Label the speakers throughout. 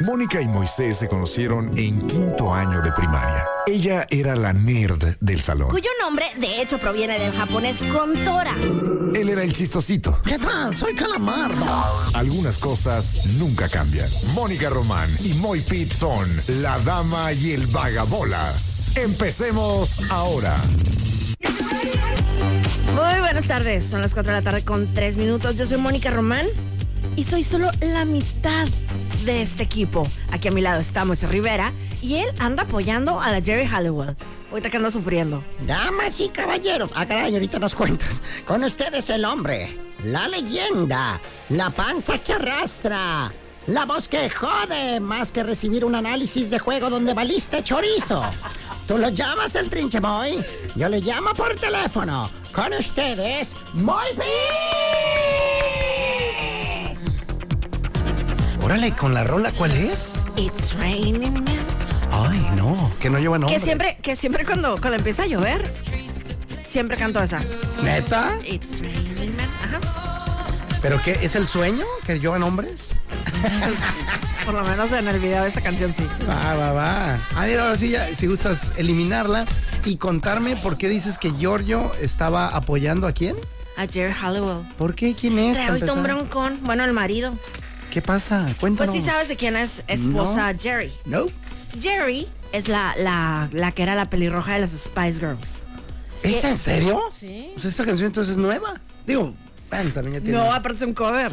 Speaker 1: Mónica y Moisés se conocieron en quinto año de primaria. Ella era la nerd del salón.
Speaker 2: cuyo nombre de hecho proviene del japonés Contora.
Speaker 1: Él era el chistosito.
Speaker 3: ¿Qué tal? Soy Calamar.
Speaker 1: Algunas cosas nunca cambian. Mónica Román y Moy Pitt son la dama y el vagabolas. Empecemos ahora.
Speaker 2: Muy buenas tardes, son las 4 de la tarde con 3 minutos. Yo soy Mónica Román y soy solo la mitad de este equipo. Aquí a mi lado está Moisés Rivera y él anda apoyando a la Jerry Halliwell. Ahorita que anda sufriendo.
Speaker 3: Damas y caballeros. Ah, caray, ahorita nos cuentas. Con ustedes el hombre, la leyenda, la panza que arrastra, la voz que jode más que recibir un análisis de juego donde valiste chorizo. Tú lo llamas el trinche Moy, yo le llamo por teléfono. Con ustedes, Moy Pitt.
Speaker 4: Órale, ¿con la rola cuál es?
Speaker 2: It's raining man.
Speaker 4: Ay, no, que no lleva nombre.
Speaker 2: Que siempre, que siempre cuando, cuando empieza a llover, siempre canto esa.
Speaker 4: ¿Neta?
Speaker 2: It's raining man. Ajá.
Speaker 4: ¿Pero qué? ¿Es el sueño que llevan hombres?
Speaker 2: Por lo menos en el video de esta canción sí.
Speaker 4: Va, va, va. A ver, ahora sí, ya, si gustas eliminarla y contarme por qué dices que Giorgio estaba apoyando a quién.
Speaker 2: A Jerry Halliwell.
Speaker 4: ¿Por qué? ¿Quién es?
Speaker 2: Trae
Speaker 4: para
Speaker 2: ahorita un
Speaker 4: empezar?
Speaker 2: broncón. Bueno, el marido.
Speaker 4: ¿Qué pasa?
Speaker 2: Pues
Speaker 4: Cuéntanos.
Speaker 2: sí sabes de quién es esposa Jerry.
Speaker 4: No.
Speaker 2: Jerry es la, la, la que era la pelirroja de las Spice Girls.
Speaker 4: ¿Es en serio?
Speaker 2: Sí.
Speaker 4: Pues esta canción entonces es nueva. Digo, bueno, también ya tiene.
Speaker 2: No, aparte es un cover.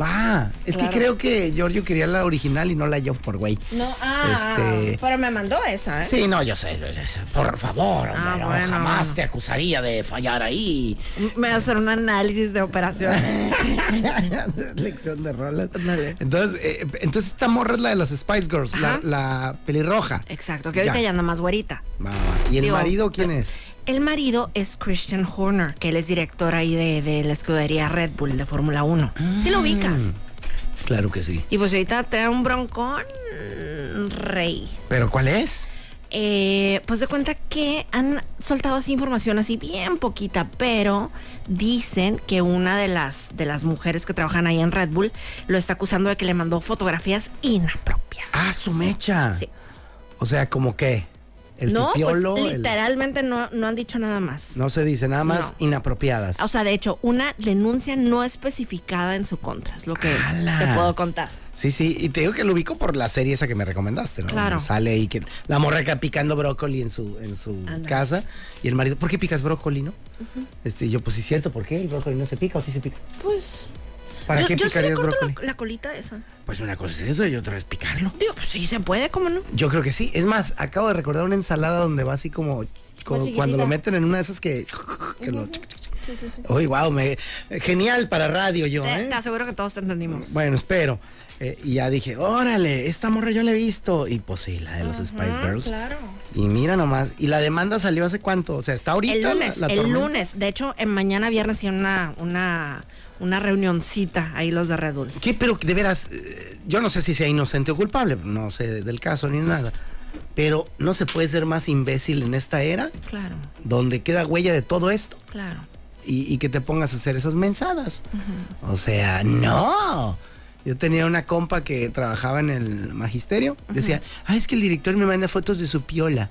Speaker 4: Va. Es
Speaker 2: Claro.
Speaker 4: que creo que Giorgio quería la original y no la yo por güey.
Speaker 2: No, ah,
Speaker 4: Este-
Speaker 2: pero me mandó esa, ¿eh?
Speaker 4: Sí, no, yo sé, yo sé. por favor, hombre,
Speaker 2: Ah,
Speaker 4: no,
Speaker 2: bueno,
Speaker 4: jamás
Speaker 2: bueno.
Speaker 4: te acusaría de fallar ahí.
Speaker 2: Me va a hacer un análisis de operación.
Speaker 4: Lección de rolas.
Speaker 2: Ándale.
Speaker 4: Entonces, eh, entonces esta morra es la de las Spice Girls, la,
Speaker 2: Ajá.
Speaker 4: la pelirroja.
Speaker 2: Exacto, que ahorita ya.
Speaker 4: Ya.
Speaker 2: anda más güerita.
Speaker 4: Va, va, va. ¿Y el
Speaker 2: Digo,
Speaker 4: marido quién es?
Speaker 2: El marido es Christian Horner, que él es director ahí de, de la escudería Red Bull de Fórmula 1. Si lo ubicas.
Speaker 4: Mm. Claro que sí.
Speaker 2: Y pues ahorita te da un broncón rey.
Speaker 4: ¿Pero cuál es?
Speaker 2: Eh, pues de cuenta que han soltado así información así bien poquita, pero dicen que una de las, de las mujeres que trabajan ahí en Red Bull lo está acusando de que le mandó fotografías inapropiadas.
Speaker 4: Ah, su mecha.
Speaker 2: Sí.
Speaker 4: O sea, ¿como qué? El
Speaker 2: no, pues,
Speaker 4: pipiolo, el-
Speaker 2: literalmente no, no han dicho nada más.
Speaker 4: No se dice, nada más inapropiadas.
Speaker 2: O sea, de hecho, una denuncia no especificada en su contra, es lo que
Speaker 4: ¡Hala!
Speaker 2: te puedo contar.
Speaker 4: Sí, sí, y te digo que lo ubico por la serie esa que me recomendaste, ¿no?
Speaker 2: Claro.
Speaker 4: Donde Sale ahí que la morra acá picando brócoli en su, en su
Speaker 2: Ándale.
Speaker 4: casa y el marido, ¿por qué picas brócoli, no? Este, yo, pues sí, cierto, ¿por qué? ¿El brócoli no se pica o sí se pica?
Speaker 2: Pues.
Speaker 4: ¿Para
Speaker 2: yo,
Speaker 4: qué
Speaker 2: yo sí le
Speaker 4: picarías
Speaker 2: corto
Speaker 4: brócoli?
Speaker 2: La, la colita esa.
Speaker 4: Pues una cosa es eso y otra es picarlo.
Speaker 2: Digo, pues sí se puede, ¿cómo no?
Speaker 4: Yo creo que sí. Es más, acabo de recordar una ensalada donde va así como, como
Speaker 2: chiquitita.
Speaker 4: cuando lo meten en una de esas que. que lo- Uy, wow, me, genial para radio yo,
Speaker 2: Te,
Speaker 4: ¿eh?
Speaker 2: te aseguro que todos te entendimos.
Speaker 4: Bueno, espero. Eh, y ya dije, órale, esta morra yo la he visto. Y pues sí, la de los Spice Girls.
Speaker 2: claro.
Speaker 4: Y mira nomás, y la demanda salió hace cuánto, o sea, está ahorita.
Speaker 2: El
Speaker 4: la-
Speaker 2: lunes,
Speaker 4: la
Speaker 2: el
Speaker 4: tormenta?
Speaker 2: lunes. De hecho, en mañana viernes tiene una, una, una reunioncita ahí los de Red Bull.
Speaker 4: Sí, pero de veras, eh, yo no sé si sea inocente o culpable, no sé del caso ni nada. Pero no se puede ser más imbécil en esta era
Speaker 2: Claro,
Speaker 4: donde queda huella de todo esto
Speaker 2: claro.
Speaker 4: y, y que te pongas a hacer esas mensadas. O sea, no. Yo tenía una compa que trabajaba en el magisterio, decía, ay, es que el director me manda fotos de su piola.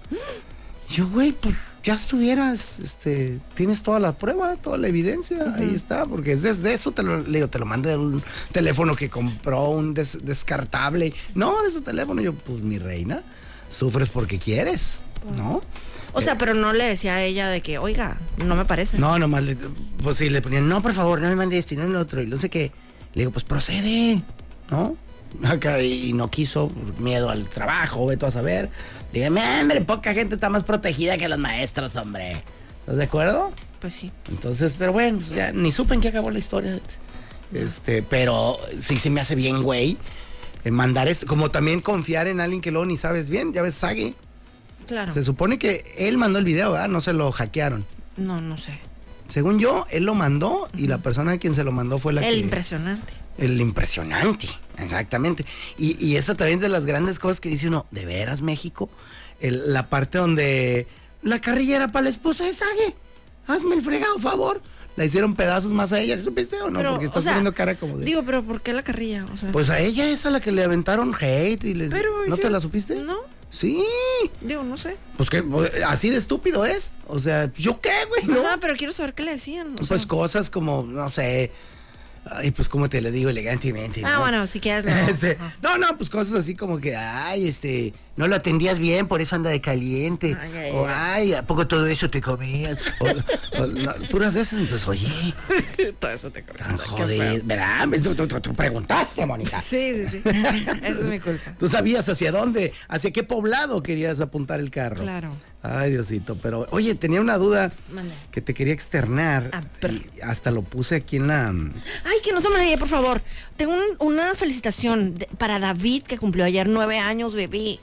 Speaker 4: Yo, güey, pues ya estuvieras, este, tienes toda la prueba, toda la evidencia, ahí está, porque es desde eso te lo, le digo, te lo mandé de un teléfono que compró, un des- descartable. No, de ese teléfono, yo, pues mi reina, sufres porque quieres, ¿no?
Speaker 2: O sea, pero no le decía a ella de que, oiga, no me parece.
Speaker 4: No, nomás le, pues sí, le ponían, no, por favor, no me mande esto y no el otro. Y no sé qué. Le digo, pues procede, ¿no? Acá, y y no quiso, por miedo al trabajo, vete a saber. Le Dije, hombre, poca gente está más protegida que los maestros, hombre. ¿Estás de acuerdo?
Speaker 2: Pues sí.
Speaker 4: Entonces, pero bueno, pues ya ni supe en qué acabó la historia. Este, pero sí se me hace bien, güey. eh, Mandar esto, como también confiar en alguien que luego ni sabes bien, ya ves, Sagi.
Speaker 2: Claro.
Speaker 4: Se supone que él mandó el video, ¿verdad? No se lo hackearon.
Speaker 2: No, no sé.
Speaker 4: Según yo, él lo mandó y la persona a quien se lo mandó fue la
Speaker 2: El
Speaker 4: que-
Speaker 2: impresionante.
Speaker 4: El impresionante, exactamente. Y, y esa también es de las grandes cosas que dice uno, ¿de veras México? El- la parte donde la carrilla era para la esposa de Sage. Hazme el fregado favor. la hicieron pedazos más a ella, ¿sí supiste o no?
Speaker 2: Pero,
Speaker 4: Porque
Speaker 2: o
Speaker 4: está
Speaker 2: sea,
Speaker 4: haciendo cara como de...
Speaker 2: Digo, pero ¿por qué la carrilla? O sea,
Speaker 4: Pues a ella es a la que le aventaron hate y le...
Speaker 2: pero
Speaker 4: ¿No
Speaker 2: yo-
Speaker 4: te la supiste?
Speaker 2: No,
Speaker 4: Sí.
Speaker 2: digo, no sé.
Speaker 4: Pues que pues, así de estúpido es. O sea, ¿yo qué, güey? No.
Speaker 2: Ajá, pero quiero saber qué le decían. o sea.
Speaker 4: pues cosas como, no sé... Ay, pues como te le digo elegantemente.
Speaker 2: ah,
Speaker 4: ¿no?
Speaker 2: bueno, si quieres. luego. Ah,
Speaker 4: Este, no, no, pues cosas así como que, ay, este, no lo atendías bien, por eso anda de caliente.
Speaker 2: Ay, ay,
Speaker 4: o ay, ¿a poco todo eso te comías? O- o, no, puras de esas, entonces, oye,
Speaker 2: Todo eso te cobra.
Speaker 4: tan joder, ¿verdad? Tú, tú- tú- tú preguntaste, Mónica.
Speaker 2: Sí, sí, sí. Esa es mi culpa.
Speaker 4: Tú sabías hacia dónde, hacia qué poblado querías apuntar el carro.
Speaker 2: Claro.
Speaker 4: Ay, Diosito, pero oye, tenía una duda
Speaker 2: Mande.
Speaker 4: que te quería externar.
Speaker 2: Ah, pero-
Speaker 4: y hasta lo puse aquí en la.
Speaker 2: Ay, que no se me olvide, por favor. Tengo un- una felicitación de- para David, que cumplió ayer nueve años, bebé.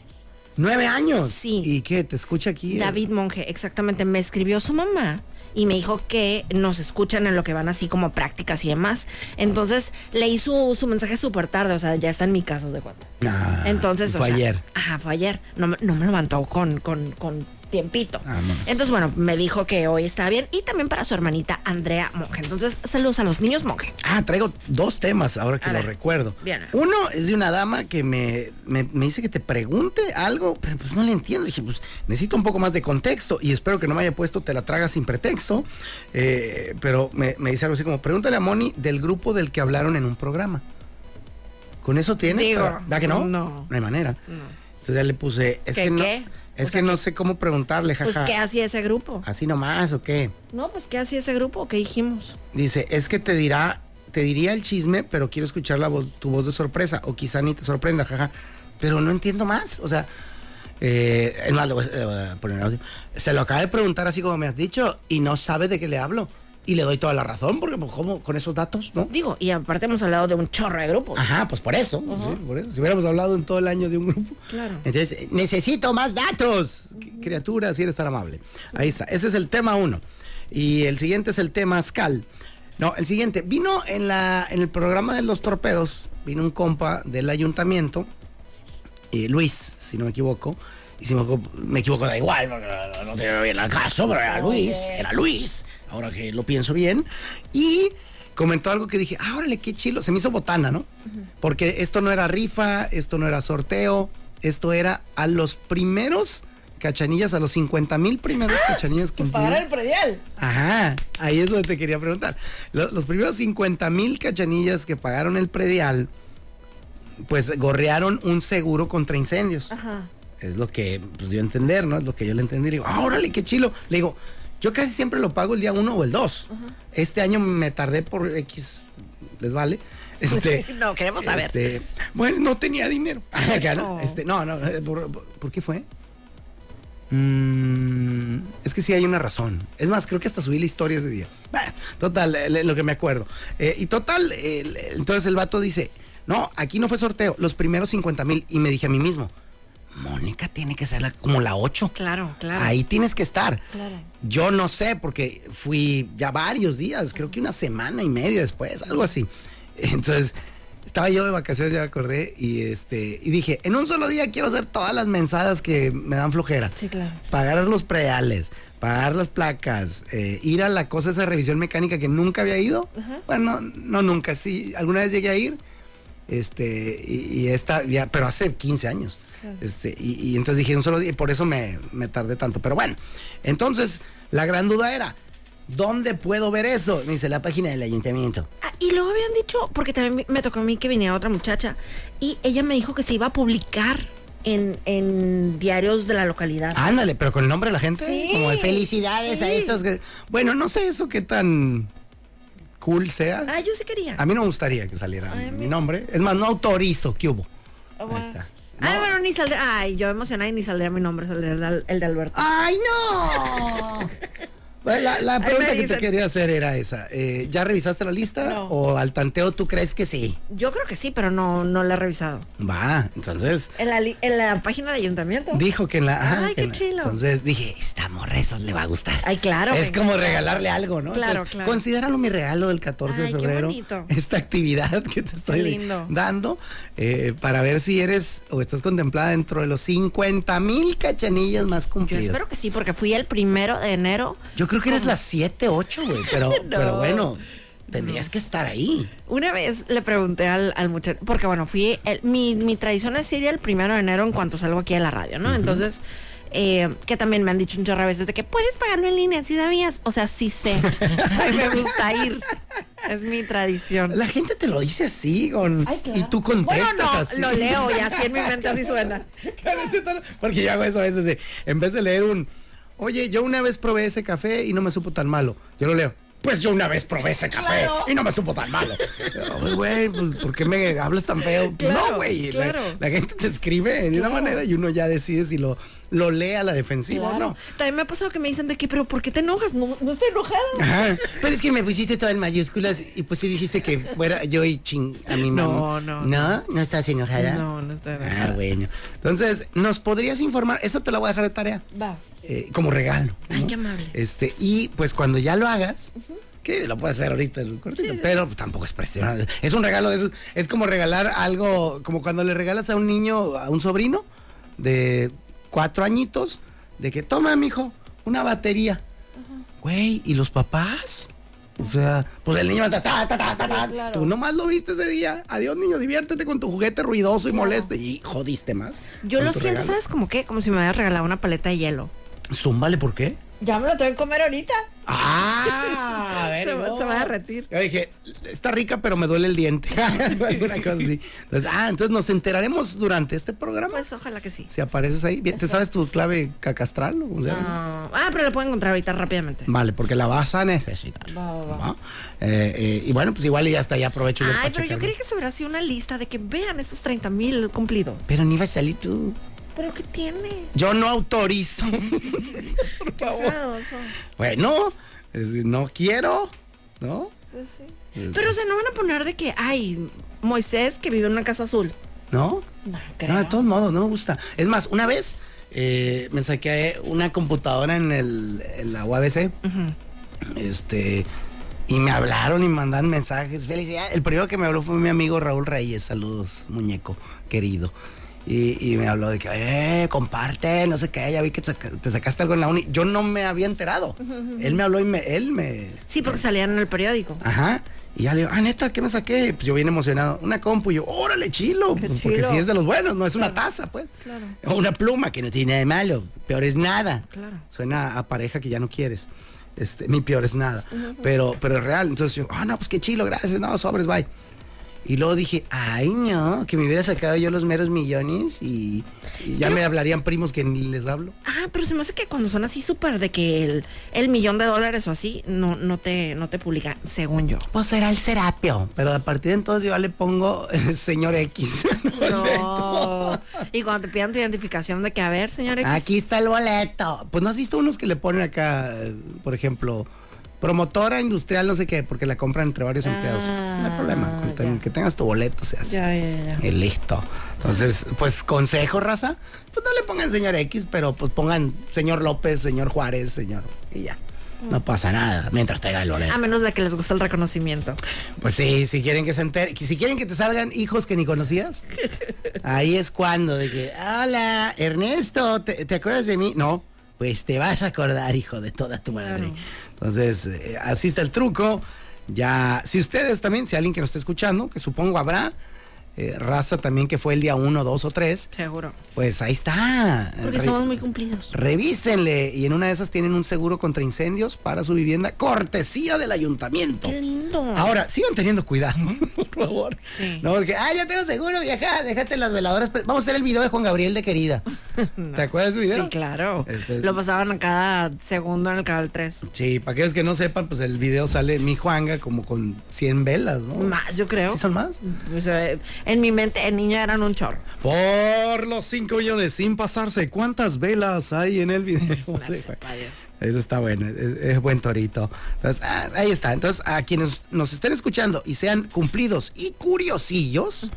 Speaker 4: Nueve años.
Speaker 2: Sí.
Speaker 4: ¿Y qué? ¿Te escucha aquí?
Speaker 2: David Monge, exactamente. Me escribió su mamá y me dijo que nos escuchan en lo que van así como prácticas y demás. Entonces leí su, su mensaje súper tarde, o sea, ya está en mi caso de cuenta.
Speaker 4: Ah,
Speaker 2: Entonces, o
Speaker 4: fue
Speaker 2: sea,
Speaker 4: ayer.
Speaker 2: Ajá, fue ayer. No, me- no me levantó con, con, con tiempito.
Speaker 4: Vámonos.
Speaker 2: Entonces, bueno, me dijo que hoy está bien y también para su hermanita Andrea Monge. Entonces, saludos a los niños Monge.
Speaker 4: Ah, traigo dos temas ahora que
Speaker 2: A
Speaker 4: lo
Speaker 2: ver,
Speaker 4: recuerdo.
Speaker 2: bien.
Speaker 4: Uno es de una dama que me, me, me dice que te pregunte algo, pero pues no le entiendo. Le dije, pues necesito un poco más de contexto y espero que no me haya puesto te la tragas sin pretexto. Eh, pero me, me dice algo así como, pregúntale a Moni del grupo del que hablaron en un programa. ¿Con eso tiene?
Speaker 2: Digo,
Speaker 4: ¿Va que no?
Speaker 2: no.
Speaker 4: No hay manera. Entonces ya le puse, es
Speaker 2: ¿Qué,
Speaker 4: que no,
Speaker 2: qué?
Speaker 4: es
Speaker 2: O
Speaker 4: que no sé cómo preguntarle, jaja.
Speaker 2: Pues, ¿qué hacía ese grupo?
Speaker 4: Así nomás o qué.
Speaker 2: No, pues, ¿qué hacía ese grupo? ¿Qué dijimos?
Speaker 4: Dice, es que te dirá, te diría el chisme, pero quiero escuchar la voz, tu voz de sorpresa, o quizá ni te sorprenda, jaja. Pero no entiendo más, o sea, eh, es más, le voy a- le voy a poner audio. Se lo acaba de preguntar así como me has dicho, y no sabe de qué le hablo. Y le doy toda la razón, porque pues, ¿cómo? Con esos datos, ¿no?
Speaker 2: Digo, y aparte hemos hablado de un chorro de grupos.
Speaker 4: Ajá, pues por eso, sí, por eso. Si hubiéramos hablado en todo el año de un grupo.
Speaker 2: Claro.
Speaker 4: Entonces, necesito más datos. C- Criatura, si eres tan amable. Ahí está. Ese es el tema uno. Y el siguiente es el tema Scal. No, el siguiente. Vino en, la, en el programa de los torpedos, vino un compa del ayuntamiento, eh, Luis, si no me equivoco. Y si me equivoco, me equivoco, da igual, no, no, no tiene bien al caso, pero era Luis, era Luis, ahora que lo pienso bien. Y comentó algo que dije, ah, órale, qué chilo, se me hizo botana, ¿no? Porque esto no era rifa, esto no era sorteo, esto era a los primeros cachanillas, a los 50 mil primeros cachanillas con
Speaker 2: predial.
Speaker 4: Ajá, ahí es donde te quería preguntar. Lo- Los, primeros 50 mil cachanillas que pagaron el predial, pues gorrearon un seguro contra incendios.
Speaker 2: Ajá.
Speaker 4: Es lo que pues, dio a entender, ¿no? Es lo que yo le entendí. Le digo, "Ah, órale, qué chilo. Le digo, yo casi siempre lo pago el día 1 o el 2. Este año me tardé por X, ¿les vale? Este,
Speaker 2: No, queremos saber.
Speaker 4: este, bueno, no tenía dinero. Acá, ¿no?
Speaker 2: Oh.
Speaker 4: Este, no, no, eh, ¿por, por- por qué fue? Mm, es que sí hay una razón. Es más, creo que hasta subí la historia ese día. Bah, total, eh, le- lo que me acuerdo. Eh, y total, eh, le- entonces el vato dice, no, aquí no fue sorteo, los primeros 50 mil. Y me dije a mí mismo, Mónica tiene que ser la- como la 8.
Speaker 2: Claro, claro.
Speaker 4: Ahí tienes que estar.
Speaker 2: Claro.
Speaker 4: Yo no sé, porque fui ya varios días, creo que una semana y media después, algo así. Entonces, estaba yo de vacaciones, ya me acordé, y este, y dije, en un solo día quiero hacer todas las mensadas que me dan flojera.
Speaker 2: Sí, claro.
Speaker 4: Pagar los preales, pagar las placas, eh, ir a la cosa esa de revisión mecánica que nunca había ido. Bueno, no, no nunca, sí, alguna vez llegué a ir. Este, y, y esta, ya, pero hace 15 años. Este, y, y entonces dije un solo día, y por eso me, me tardé tanto. Pero bueno, entonces la gran duda era: ¿dónde puedo ver eso? Me dice la página del ayuntamiento.
Speaker 2: Ah, y luego habían dicho, porque también me tocó a mí que venía otra muchacha, y ella me dijo que se iba a publicar en, en diarios de la localidad.
Speaker 4: Ándale, pero con el nombre de la gente.
Speaker 2: Sí,
Speaker 4: como de felicidades a
Speaker 2: sí.
Speaker 4: estos. que-". Bueno, no sé eso qué tan cool sea.
Speaker 2: Ah, yo sí quería.
Speaker 4: A mí no me gustaría que saliera
Speaker 2: Ay,
Speaker 4: mi
Speaker 2: mira.
Speaker 4: nombre. Es más, no autorizo que hubo.
Speaker 2: Ah,
Speaker 4: Ahí
Speaker 2: bueno.
Speaker 4: está.
Speaker 2: Ay,
Speaker 4: No.
Speaker 2: bueno, ni saldrá. Ay, yo emocionada y ni saldría mi nombre, saldría el de, Al- el de Alberto.
Speaker 4: ¡Ay, no! Bueno, La, la
Speaker 2: Ahí me
Speaker 4: pregunta que te
Speaker 2: dicen.
Speaker 4: quería hacer era esa. Eh, ¿Ya revisaste la lista?
Speaker 2: No.
Speaker 4: ¿O al tanteo tú crees que sí?
Speaker 2: Yo creo que sí, pero no, no la he revisado.
Speaker 4: Va, entonces.
Speaker 2: En la, li- en la página del ayuntamiento.
Speaker 4: Dijo que en la. ajá,
Speaker 2: Ay,
Speaker 4: que en
Speaker 2: qué
Speaker 4: la-
Speaker 2: chilo.
Speaker 4: Entonces dije, esta morrezos le va a gustar.
Speaker 2: Ay, claro,
Speaker 4: Es
Speaker 2: me
Speaker 4: como regalarle algo, ¿no?
Speaker 2: Claro,
Speaker 4: Entonces,
Speaker 2: claro.
Speaker 4: Considéralo mi regalo del 14
Speaker 2: Ay,
Speaker 4: de
Speaker 2: qué
Speaker 4: febrero.
Speaker 2: bonito.
Speaker 4: Esta actividad que te estoy
Speaker 2: lindo.
Speaker 4: dando eh, para ver si eres o estás contemplada dentro de los 50 mil cachanillas más
Speaker 2: Yo
Speaker 4: cumplidas.
Speaker 2: espero que sí, porque fui el primero de enero.
Speaker 4: Yo creo creo que eres las 7, 8, güey. Pero, pero bueno, tendrías que estar ahí.
Speaker 2: Una vez le pregunté al, al muchacho, porque bueno, fui, el- mi, mi tradición es ir el primero de enero en cuanto salgo aquí de la radio, ¿no? Entonces, eh, que también me han dicho un chorro a veces de que puedes pagarlo en línea, si sabías? O sea, sí sé. Ay, me gusta ir. Es mi tradición.
Speaker 4: La gente te lo dice así, con, y tú contestas
Speaker 2: Bueno, no,
Speaker 4: así.
Speaker 2: lo leo y así en mi mente así suena.
Speaker 4: Claro, sí, tal- Porque yo hago eso a veces de, en vez de leer un, oye, yo una vez probé ese café y no me supo tan malo. Yo lo leo. Pues yo una vez probé ese café
Speaker 2: Claro.
Speaker 4: y no me supo tan malo. Ay, Güey, pues, ¿por qué me hablas tan feo? Pues,
Speaker 2: Claro,
Speaker 4: no, güey. la-
Speaker 2: claro.
Speaker 4: La, gente te escribe de una manera y uno ya decide si lo, lo lee a la defensiva o
Speaker 2: Claro.
Speaker 4: no.
Speaker 2: También me ha pasado que me dicen de que, pero ¿por qué te enojas? No, no estoy enojada.
Speaker 4: Ajá. Pero es que me pusiste todo en mayúsculas y pues sí dijiste que fuera yo y ching a mi
Speaker 2: No,
Speaker 4: mamá.
Speaker 2: no,
Speaker 4: No, no estás enojada.
Speaker 2: No, no estoy
Speaker 4: Ah,
Speaker 2: enojada.
Speaker 4: bueno. Entonces, ¿nos podrías informar? Esa te la voy a dejar de tarea.
Speaker 2: Va.
Speaker 4: eh, como regalo.
Speaker 2: Ay,
Speaker 4: ¿no?
Speaker 2: qué amable.
Speaker 4: Este, y pues cuando ya lo hagas, que lo puedes hacer ahorita en un cortito, pero tampoco es presionable. Es un regalo de esos, es como regalar algo, como cuando le regalas a un niño, a un sobrino de cuatro añitos, de que toma, mijo, una batería. Güey, ¿y los papás? O sea, pues el niño está ta, ta, ta, ta, ta. Tú nomás lo viste ese día. Adiós, niño, diviértete con tu juguete ruidoso y molesto. Y jodiste más.
Speaker 2: Yo
Speaker 4: con
Speaker 2: lo
Speaker 4: tu
Speaker 2: siento,
Speaker 4: regalo.
Speaker 2: ¿sabes como qué? Como si me hubieras regalado una paleta de hielo.
Speaker 4: Zúmbale, ¿por qué?
Speaker 2: Ya me lo tengo que comer ahorita.
Speaker 4: Ah, a ver,
Speaker 2: Se va-
Speaker 4: no.
Speaker 2: se va a derretir.
Speaker 4: Yo dije, está rica, pero me duele el diente. Alguna cosa así. Entonces, ah, entonces nos enteraremos durante este programa.
Speaker 2: Pues ojalá que sí.
Speaker 4: si apareces ahí, Bien, ¿te sabes tu clave cacastral? O sea,
Speaker 2: Ah, ah, pero la puedo encontrar ahorita rápidamente.
Speaker 4: Vale, porque la vas a necesitar.
Speaker 2: Va, va, va.
Speaker 4: ¿no? Eh, eh, y bueno, pues igual y ya está, ya aprovecho. yo
Speaker 2: Ay,
Speaker 4: para
Speaker 2: pero yo
Speaker 4: checarlo.
Speaker 2: creí que eso hubiera sido una lista de que vean esos 30 mil cumplidos.
Speaker 4: Pero ni va a salir tú.
Speaker 2: Pero ¿qué tiene?
Speaker 4: Yo no autorizo. Por
Speaker 2: Qué
Speaker 4: favor.
Speaker 2: feos son.
Speaker 4: Bueno, es- no quiero, ¿no?
Speaker 2: Pues sí. Pero o sea, no van a poner de que, ay, Moisés que vive en una casa azul.
Speaker 4: ¿No?
Speaker 2: No, creo.
Speaker 4: No, de todos modos, no me gusta. Es más, una vez eh, me saqué una computadora en, el, en la UABC. Este. Y me hablaron y mandaron mensajes. Felicidades. El primero que me habló fue mi amigo Raúl Reyes. Saludos, muñeco querido. Y, y me habló de que, eh, comparte, no sé qué, ya vi que te, saca- te sacaste algo en la uni. Yo no me había enterado. Él me habló y me, él me,
Speaker 2: Sí, porque salían en el periódico.
Speaker 4: Ajá. Y ya le digo, ah, neta, ¿qué me saqué? Pues yo bien emocionado. Una compu. Y yo, órale, chilo.
Speaker 2: Qué
Speaker 4: Pues, Porque
Speaker 2: chilo.
Speaker 4: si es de los buenos, no es una taza, pues.
Speaker 2: Claro.
Speaker 4: O una pluma, que no tiene nada de malo. Peor es nada.
Speaker 2: Claro.
Speaker 4: Suena a pareja que ya no quieres. Este, mi peor es nada. Pero, pero es real. Entonces yo, ah, no, pues qué chilo, gracias. No, sobres, bye. Y luego dije, ay, no, que me hubiera sacado yo los meros millones y, y ya me hablarían primos que ni les hablo.
Speaker 2: Ah, pero se me hace que cuando son así súper de que el, el millón de dólares o así, no, no te, no te publica, según yo.
Speaker 4: Pues será el serapio. Pero a partir de entonces yo ya le pongo eh, señor X.
Speaker 2: No. Y cuando te pidan tu identificación de que, a ver, señor X.
Speaker 4: Aquí está el boleto. Pues no has visto unos que le ponen acá, eh, por ejemplo, promotora industrial, no sé qué, porque la compran entre varios empleados. No hay problema. con ten-
Speaker 2: Ah. ya.
Speaker 4: que tengas tu boleto se hace.
Speaker 2: Ya, ya, ya.
Speaker 4: Y listo. Entonces, pues consejo, raza. Pues no le pongan señor X, pero pues pongan señor López, señor Juárez, señor. Y ya. No pasa nada mientras tenga el boleto.
Speaker 2: Mm. A menos de que les guste el reconocimiento.
Speaker 4: Pues sí, si quieren que se enteren, si quieren que te salgan hijos que ni conocías, ahí es cuando de que, hola, Ernesto, ¿te, te acuerdas de mí? No, pues te vas a acordar, hijo, de toda tu madre. Entonces, eh, así está el truco. Ya, si ustedes también, si alguien que nos está escuchando, que supongo habrá, eh, raza también que fue el día 1, 2 o 3,
Speaker 2: Seguro.
Speaker 4: pues ahí está.
Speaker 2: Porque
Speaker 4: Re-
Speaker 2: somos muy cumplidos.
Speaker 4: Revísenle y en una de esas tienen un seguro contra incendios para su vivienda, cortesía del ayuntamiento.
Speaker 2: Qué lindo.
Speaker 4: Ahora, sigan teniendo cuidado, por favor. No, porque, ah, ya tengo seguro, vieja, déjate las veladoras. pre- Vamos a hacer el video de Juan Gabriel de querida. ¿Te acuerdas de ese video?
Speaker 2: Sí, claro.
Speaker 4: Este-
Speaker 2: Lo pasaban a cada segundo en el canal 3.
Speaker 4: Sí, para aquellos que no sepan, pues el video sale mi Juanga como con 100 velas, ¿no?
Speaker 2: Más, yo creo.
Speaker 4: ¿Sí son más?
Speaker 2: O sea, en mi mente, en niña eran un chorro.
Speaker 4: Ah, Por los 5 millones, sin pasarse, ¿cuántas velas hay en el video?
Speaker 2: Nah, pues, payas.
Speaker 4: Eso está bueno, es, es buen torito. Entonces, ah, ahí está. Entonces, a quienes nos estén escuchando y sean cumplidos y curiosillos,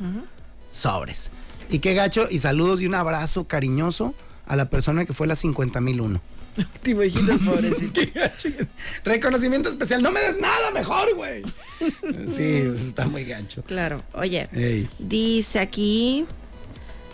Speaker 4: sobres. Y qué gacho, y saludos y un abrazo cariñoso a la persona que fue la 50001.
Speaker 2: Te imaginas, pobrecito.
Speaker 4: Qué gacho. Reconocimiento especial, no me des nada mejor, güey. Sí, pues, está muy gancho.
Speaker 2: Claro. Oye,
Speaker 4: Ey.
Speaker 2: dice aquí.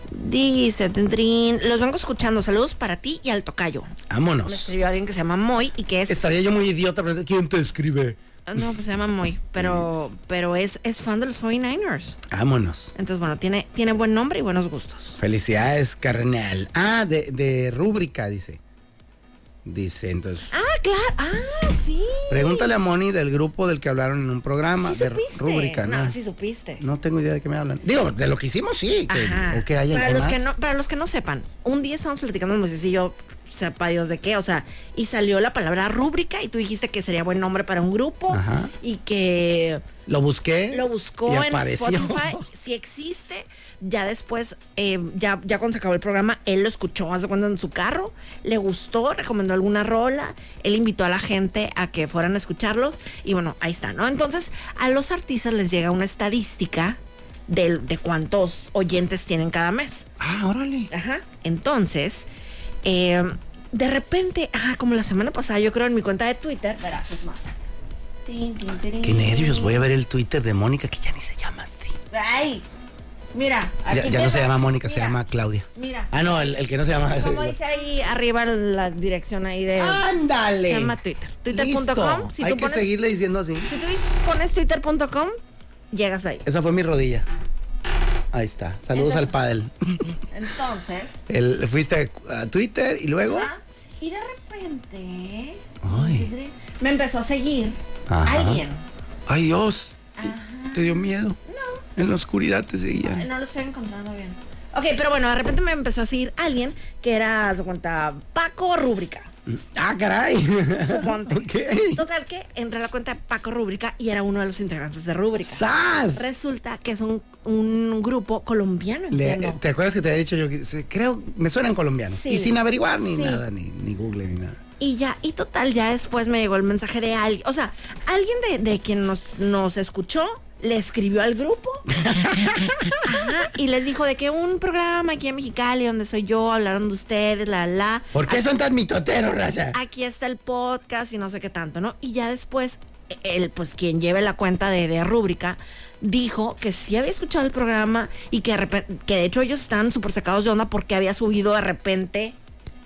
Speaker 2: Dice Tendrín, los vengo escuchando. Saludos para ti y al tocayo. Me
Speaker 4: Vámonos.
Speaker 2: escribió alguien que se llama Moy y que es.
Speaker 4: Estaría yo muy idiota, pero ¿quién te escribe?
Speaker 2: Ah, No, pues se llama Moy, pero, pero es, es fan de los 49ers.
Speaker 4: Vámonos.
Speaker 2: Entonces, bueno, tiene, tiene buen nombre y buenos gustos.
Speaker 4: Felicidades, carnal. Ah, de, de rúbrica, dice. Dice, entonces.
Speaker 2: Ah, claro. Ah, sí.
Speaker 4: Pregúntale a Moni del grupo del que hablaron en un programa.
Speaker 2: Sí
Speaker 4: de
Speaker 2: supiste.
Speaker 4: rúbrica,
Speaker 2: no,
Speaker 4: ¿no?
Speaker 2: sí supiste.
Speaker 4: No tengo idea de qué me hablan. Digo, de lo que hicimos sí. que-
Speaker 2: Ajá.
Speaker 4: o que hay
Speaker 2: para,
Speaker 4: algo
Speaker 2: los que
Speaker 4: más.
Speaker 2: no, para los que no sepan, un día estábamos platicando en y yo, sepa Dios de qué, o sea, y salió la palabra rúbrica y tú dijiste que sería buen nombre para un grupo
Speaker 4: Ajá.
Speaker 2: y que
Speaker 4: Lo busqué.
Speaker 2: lo buscó
Speaker 4: y
Speaker 2: en
Speaker 4: apareció.
Speaker 2: Spotify, si existe, ya después, eh, ya, ya cuando se acabó el programa, él lo escuchó, hace cuenta en su carro, le gustó, recomendó alguna rola, él invitó a la gente a que fueran a escucharlo y bueno, ahí está, ¿no? Entonces, a los artistas les llega una estadística del- de cuántos oyentes tienen cada mes.
Speaker 4: Ah, órale.
Speaker 2: Ajá. Entonces, eh, de repente, ah, como la semana pasada, yo creo en mi cuenta de Twitter, verás, es más. Tin, tin, tirin.
Speaker 4: Qué nervios. Voy a ver el Twitter de Mónica que ya ni se llama así.
Speaker 2: Ay, mira.
Speaker 4: Ya,
Speaker 2: aquí
Speaker 4: ya no
Speaker 2: te
Speaker 4: se
Speaker 2: va.
Speaker 4: llama Mónica, se
Speaker 2: Mira,
Speaker 4: llama Claudia.
Speaker 2: Mira.
Speaker 4: Ah, no, el, el que no se llama.
Speaker 2: Como dice ahí arriba la dirección ahí de.
Speaker 4: Ándale.
Speaker 2: Se llama Twitter.
Speaker 4: Listo.
Speaker 2: Twitter.com. Si
Speaker 4: Hay
Speaker 2: tú
Speaker 4: que
Speaker 2: pones,
Speaker 4: seguirle diciendo así.
Speaker 2: si tú pones Twitter.com, llegas ahí.
Speaker 4: Esa fue mi rodilla. Ahí está. Saludos
Speaker 2: Entonces-
Speaker 4: al pádel.
Speaker 2: Entonces.
Speaker 4: El- fuiste a Twitter y luego.
Speaker 2: ¿va? Y de repente.
Speaker 4: Ay.
Speaker 2: Me empezó a seguir
Speaker 4: Ajá.
Speaker 2: alguien.
Speaker 4: Ay, Dios. ¿Te dio miedo? No. En la oscuridad te seguían.
Speaker 2: No lo estoy encontrando bien. Ok, pero bueno, de repente me empezó a seguir alguien que era, haz de cuenta, Paco Rúbrica.
Speaker 4: Ah, caray.
Speaker 2: Suponte.
Speaker 4: ok.
Speaker 2: Total que entré a la cuenta de Paco Rúbrica y era uno de los integrantes de Rúbrica.
Speaker 4: ¡Sas!
Speaker 2: Resulta que es un, un grupo colombiano,
Speaker 4: Le- eh,
Speaker 2: entiendo.
Speaker 4: ¿Te acuerdas que te había dicho yo que se- creo me suenan colombianos?
Speaker 2: Sí.
Speaker 4: Y sin averiguar ni
Speaker 2: Sí.
Speaker 4: nada, ni, ni Google, ni nada.
Speaker 2: Y ya, y total, ya después me llegó el mensaje de alguien. O sea, alguien de, de quien nos, nos escuchó le escribió al grupo Ajá, y les dijo de que un programa aquí en Mexicali donde soy yo, hablaron de ustedes, la la.
Speaker 4: ¿Por qué son tan mitoteros, raza?
Speaker 2: Aquí está el podcast y no sé qué tanto, ¿no? Y ya después, él, pues quien lleve la cuenta de, de rúbrica, dijo que sí había escuchado el programa y que de, repen- que de hecho ellos estaban súper sacados de onda porque había subido de repente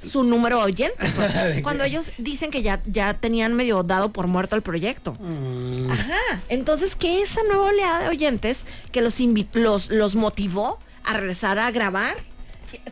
Speaker 2: su número de oyentes. O sea,
Speaker 4: ¿De qué?
Speaker 2: cuando ellos dicen que ya, ya tenían medio dado por muerto el proyecto. Ajá. Entonces, que esa nueva oleada de oyentes que los, invi- los, los motivó a regresar a grabar.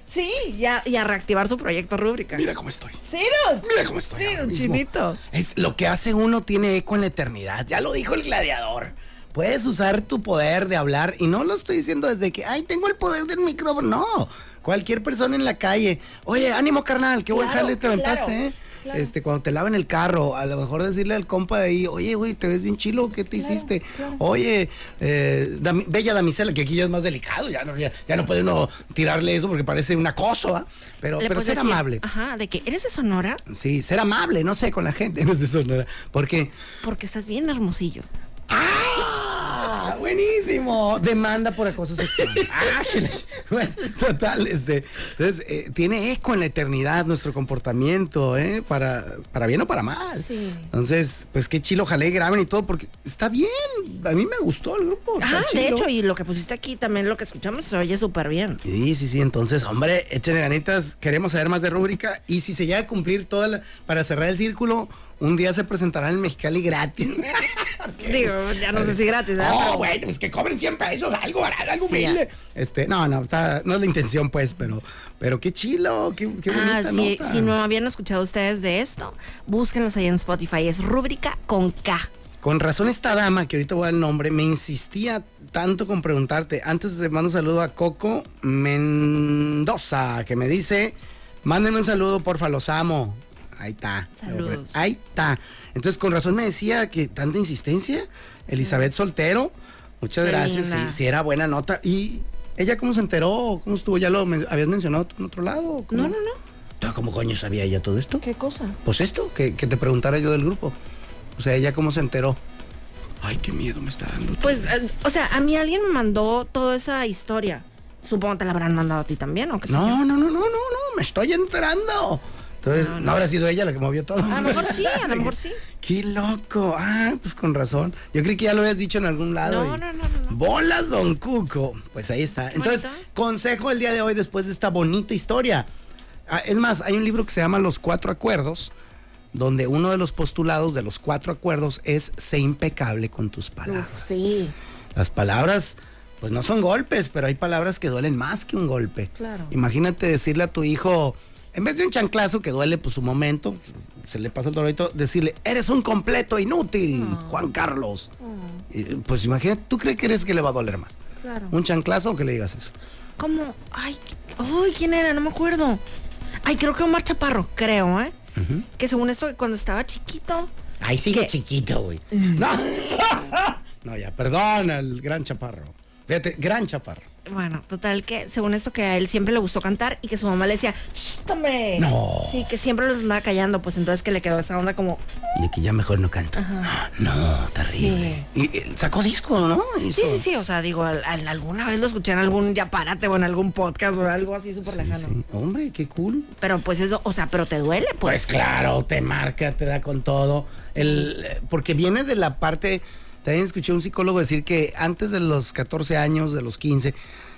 Speaker 2: Sí, y a, y a reactivar su proyecto rúbrica.
Speaker 4: Mira cómo estoy.
Speaker 2: Sí, dude.
Speaker 4: Mira cómo estoy.
Speaker 2: Sí,
Speaker 4: ahora
Speaker 2: un
Speaker 4: mismo.
Speaker 2: chinito.
Speaker 4: Es lo que hace uno tiene eco en la eternidad. Ya lo dijo el gladiador. Puedes usar tu poder de hablar y no lo estoy diciendo desde que, ay, tengo el poder del micrófono. No, cualquier persona en la calle. Oye, ánimo carnal, qué buen
Speaker 2: Claro,
Speaker 4: jale te aventaste,
Speaker 2: claro,
Speaker 4: ¿eh? Este, cuando te laven el carro, a lo mejor decirle al compa de ahí, oye, güey, te ves bien chilo, ¿qué te hiciste? Oye, eh, dami- bella damisela, que aquí ya es más delicado, ya no, ya, ya no puede uno tirarle eso porque parece un acoso, ¿ah? Pero,
Speaker 2: Le
Speaker 4: pero
Speaker 2: puedes
Speaker 4: ser
Speaker 2: decir,
Speaker 4: amable.
Speaker 2: Ajá, de que eres de Sonora
Speaker 4: Sí, ser amable, no sé, con la gente. No es de Sonora. Porque.
Speaker 2: porque estás bien hermosillo.
Speaker 4: ¡Ah! ¡Buenísimo! Demanda por acoso sexual. Ah, que la- bueno, total, este. Entonces, eh, tiene eco en la eternidad nuestro comportamiento, ¿eh? Para, para bien o para mal.
Speaker 2: Sí.
Speaker 4: Entonces, pues qué chilo, ojalá y graben y todo, porque está bien. A mí me gustó el grupo. está
Speaker 2: Ajá, Ah, de
Speaker 4: chilo.
Speaker 2: hecho, y lo que pusiste aquí también, lo que escuchamos, se oye súper bien.
Speaker 4: Sí, sí, sí. Entonces, hombre, échenle ganitas. Queremos saber más de rúbrica. Y si se llega a cumplir toda la. Para cerrar el círculo, un día se presentará en Mexicali gratis.
Speaker 2: Digo, ya no sé si gratis, ¿verdad?
Speaker 4: Oh,
Speaker 2: Pero-
Speaker 4: bueno, es que cobren 100 pesos, algo barato, algo
Speaker 2: Sí,
Speaker 4: humilde. Este, no, no, está- no es la intención, pues, pero, pero qué chilo, qué, qué bonita
Speaker 2: Ah, si,
Speaker 4: nota.
Speaker 2: si no habían escuchado ustedes de esto, búsquenlos ahí en Spotify. Es rúbrica con K.
Speaker 4: Con razón esta dama, que ahorita voy al nombre, me insistía tanto con preguntarte. Antes te mando un saludo a Coco Mendoza, que me dice, mándenme un saludo, porfa, los amo. Ahí está.
Speaker 2: Saludos.
Speaker 4: Ahí está. Entonces, con razón me decía que tanta insistencia, Elizabeth Soltero, muchas
Speaker 2: Qué
Speaker 4: gracias,
Speaker 2: linda.
Speaker 4: sí, sí, era buena nota. ¿Y ella cómo se enteró? ¿Cómo estuvo? ¿Ya lo men- habías mencionado tú en otro lado? ¿Cómo?
Speaker 2: No, no, no.
Speaker 4: Ah, ¿Cómo coño sabía ella todo esto?
Speaker 2: ¿Qué cosa?
Speaker 4: Pues esto, que, que te preguntara yo del grupo. O sea, ella cómo se enteró. Ay, qué miedo me está dando.
Speaker 2: Pues, eh, o sea, a mí alguien me mandó toda esa historia. Supongo que te la habrán mandado a ti también, aunque
Speaker 4: No, no, no, no, no, no, me estoy enterando. Entonces, no, habrá sido ella la que movió todo.
Speaker 2: A lo mejor sí, a lo mejor sí.
Speaker 4: Qué loco. Ah, pues con razón. Yo creí que ya lo habías dicho en algún lado.
Speaker 2: No,
Speaker 4: y-
Speaker 2: no, no, no, no.
Speaker 4: bolas, don Cuco. Pues ahí está. Entonces,
Speaker 2: bonito. ¿eh?
Speaker 4: consejo el día de hoy después de esta bonita historia. Ah, Es más, hay un libro que se llama Los Cuatro Acuerdos, donde uno de los postulados de los cuatro acuerdos es sé impecable con tus palabras.
Speaker 2: sí.
Speaker 4: Las palabras, pues no son golpes, pero hay palabras que duelen más que un golpe.
Speaker 2: Claro.
Speaker 4: Imagínate decirle a tu hijo, en vez de un chanclazo que duele pues su momento, se le pasa el dolorito, decirle, eres un completo inútil, Juan Carlos.
Speaker 2: Oh.
Speaker 4: Y, pues imagínate, ¿tú crees que eres que le va a doler más?
Speaker 2: Claro.
Speaker 4: ¿Un chanclazo o que le digas eso?
Speaker 2: ¿Cómo? Ay, ay, ¿quién era? No me acuerdo. Ay, creo que Omar Chaparro, creo, ¿eh? Que según esto, cuando estaba chiquito.
Speaker 3: Ahí sigue chiquito, güey.
Speaker 4: No, no ya, perdón al gran chaparro. Fíjate, gran chaparro.
Speaker 2: Bueno, total que según esto que a él siempre le gustó cantar y que su mamá le decía, "Shh, hombre.
Speaker 4: No.
Speaker 2: Sí, que siempre los andaba callando, pues entonces que le quedó esa onda como,
Speaker 4: De que ya mejor no canto. No, terrible. Y, eh, sacó disco, ¿no?
Speaker 2: sí, sí, sí, o sea, digo, al- al- alguna vez lo escuché en algún ya párate o en algún podcast o algo así súper lejano.
Speaker 4: Hombre, qué cool.
Speaker 2: Pero pues eso, o sea, pero te duele,
Speaker 4: Pues
Speaker 2: pues.
Speaker 4: claro, te marca, te da con todo. El, eh, porque viene de la parte, también escuché a un psicólogo decir que antes de los 14 años, de los 15,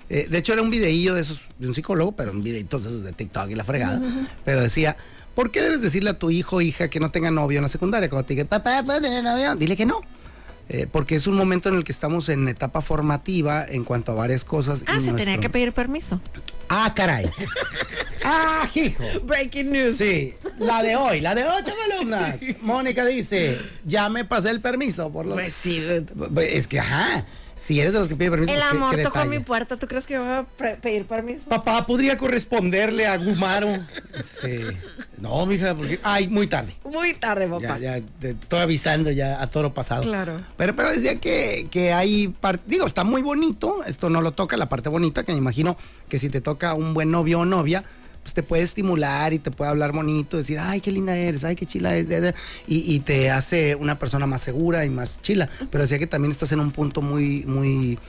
Speaker 4: eh, de hecho era un videillo de esos, de un psicólogo, pero un videíto de esos de TikTok y la fregada, pero decía, ¿por qué debes decirle a tu hijo o hija que no tenga novio en la secundaria? Cuando te diga, papá, ¿puedo tener novio? Dile que no. Eh, porque es un momento en el que estamos en etapa formativa en cuanto a varias cosas.
Speaker 2: Ah,
Speaker 4: y
Speaker 2: se tenía
Speaker 4: nuestro-
Speaker 2: que pedir permiso.
Speaker 4: Ah, caray. ah, hijo.
Speaker 2: Breaking news.
Speaker 4: Sí, la de hoy, la de ocho columnas. Mónica dice, ya me pasé el permiso por lo
Speaker 2: Pues sí.
Speaker 4: Es que, ajá, si eres de los que pide permiso,
Speaker 2: El
Speaker 4: pues, ¿qué-
Speaker 2: amor
Speaker 4: qué
Speaker 2: tocó
Speaker 4: detalle? Ah.
Speaker 2: mi puerta, ¿tú crees que voy a pre- pedir permiso?
Speaker 4: Papá, ¿podría corresponderle a Gumaro? Sí. No, mija, porque... Ay, muy tarde.
Speaker 2: Muy tarde, papá.
Speaker 4: Ya, ya, te estoy avisando ya a toro pasado.
Speaker 2: Claro.
Speaker 4: Pero, pero decía que, que hay parte, digo, está muy bonito, esto no lo toca, la parte bonita, que me imagino que si te toca un buen novio o novia, pues te puede estimular y te puede hablar bonito, decir, ay, qué linda eres, ay, qué chila es, de- de", y, y te hace una persona más segura y más chila. Pero decía que también estás en un punto muy, muy,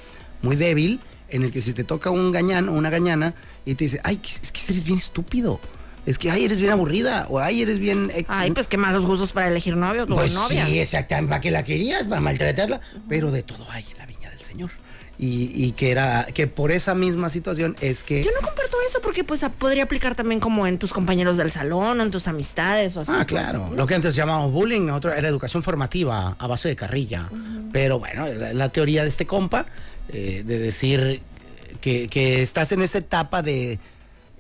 Speaker 4: muy débil, en el que si te toca un gañán o una gañana y te dice, ay, que- es que eres bien estúpido. Es que, ay, eres bien aburrida. O, ay, eres bien... eh,
Speaker 2: Ay, pues qué malos gustos para elegir novio o
Speaker 4: pues
Speaker 2: novia.
Speaker 4: sí, exactamente. ¿Para qué la querías? ¿Para maltratarla? Pero de todo hay en la viña del Señor. Y, y que era que por esa misma situación es que.
Speaker 2: Yo no comparto eso porque pues a- podría aplicar también como en tus compañeros del salón o en tus amistades o así.
Speaker 4: Ah,
Speaker 2: pues.
Speaker 4: claro. Lo que antes llamábamos bullying, nosotros era educación formativa a base de carrilla. Pero bueno, la, la teoría de este compa, eh, de decir que, que estás en esa etapa de.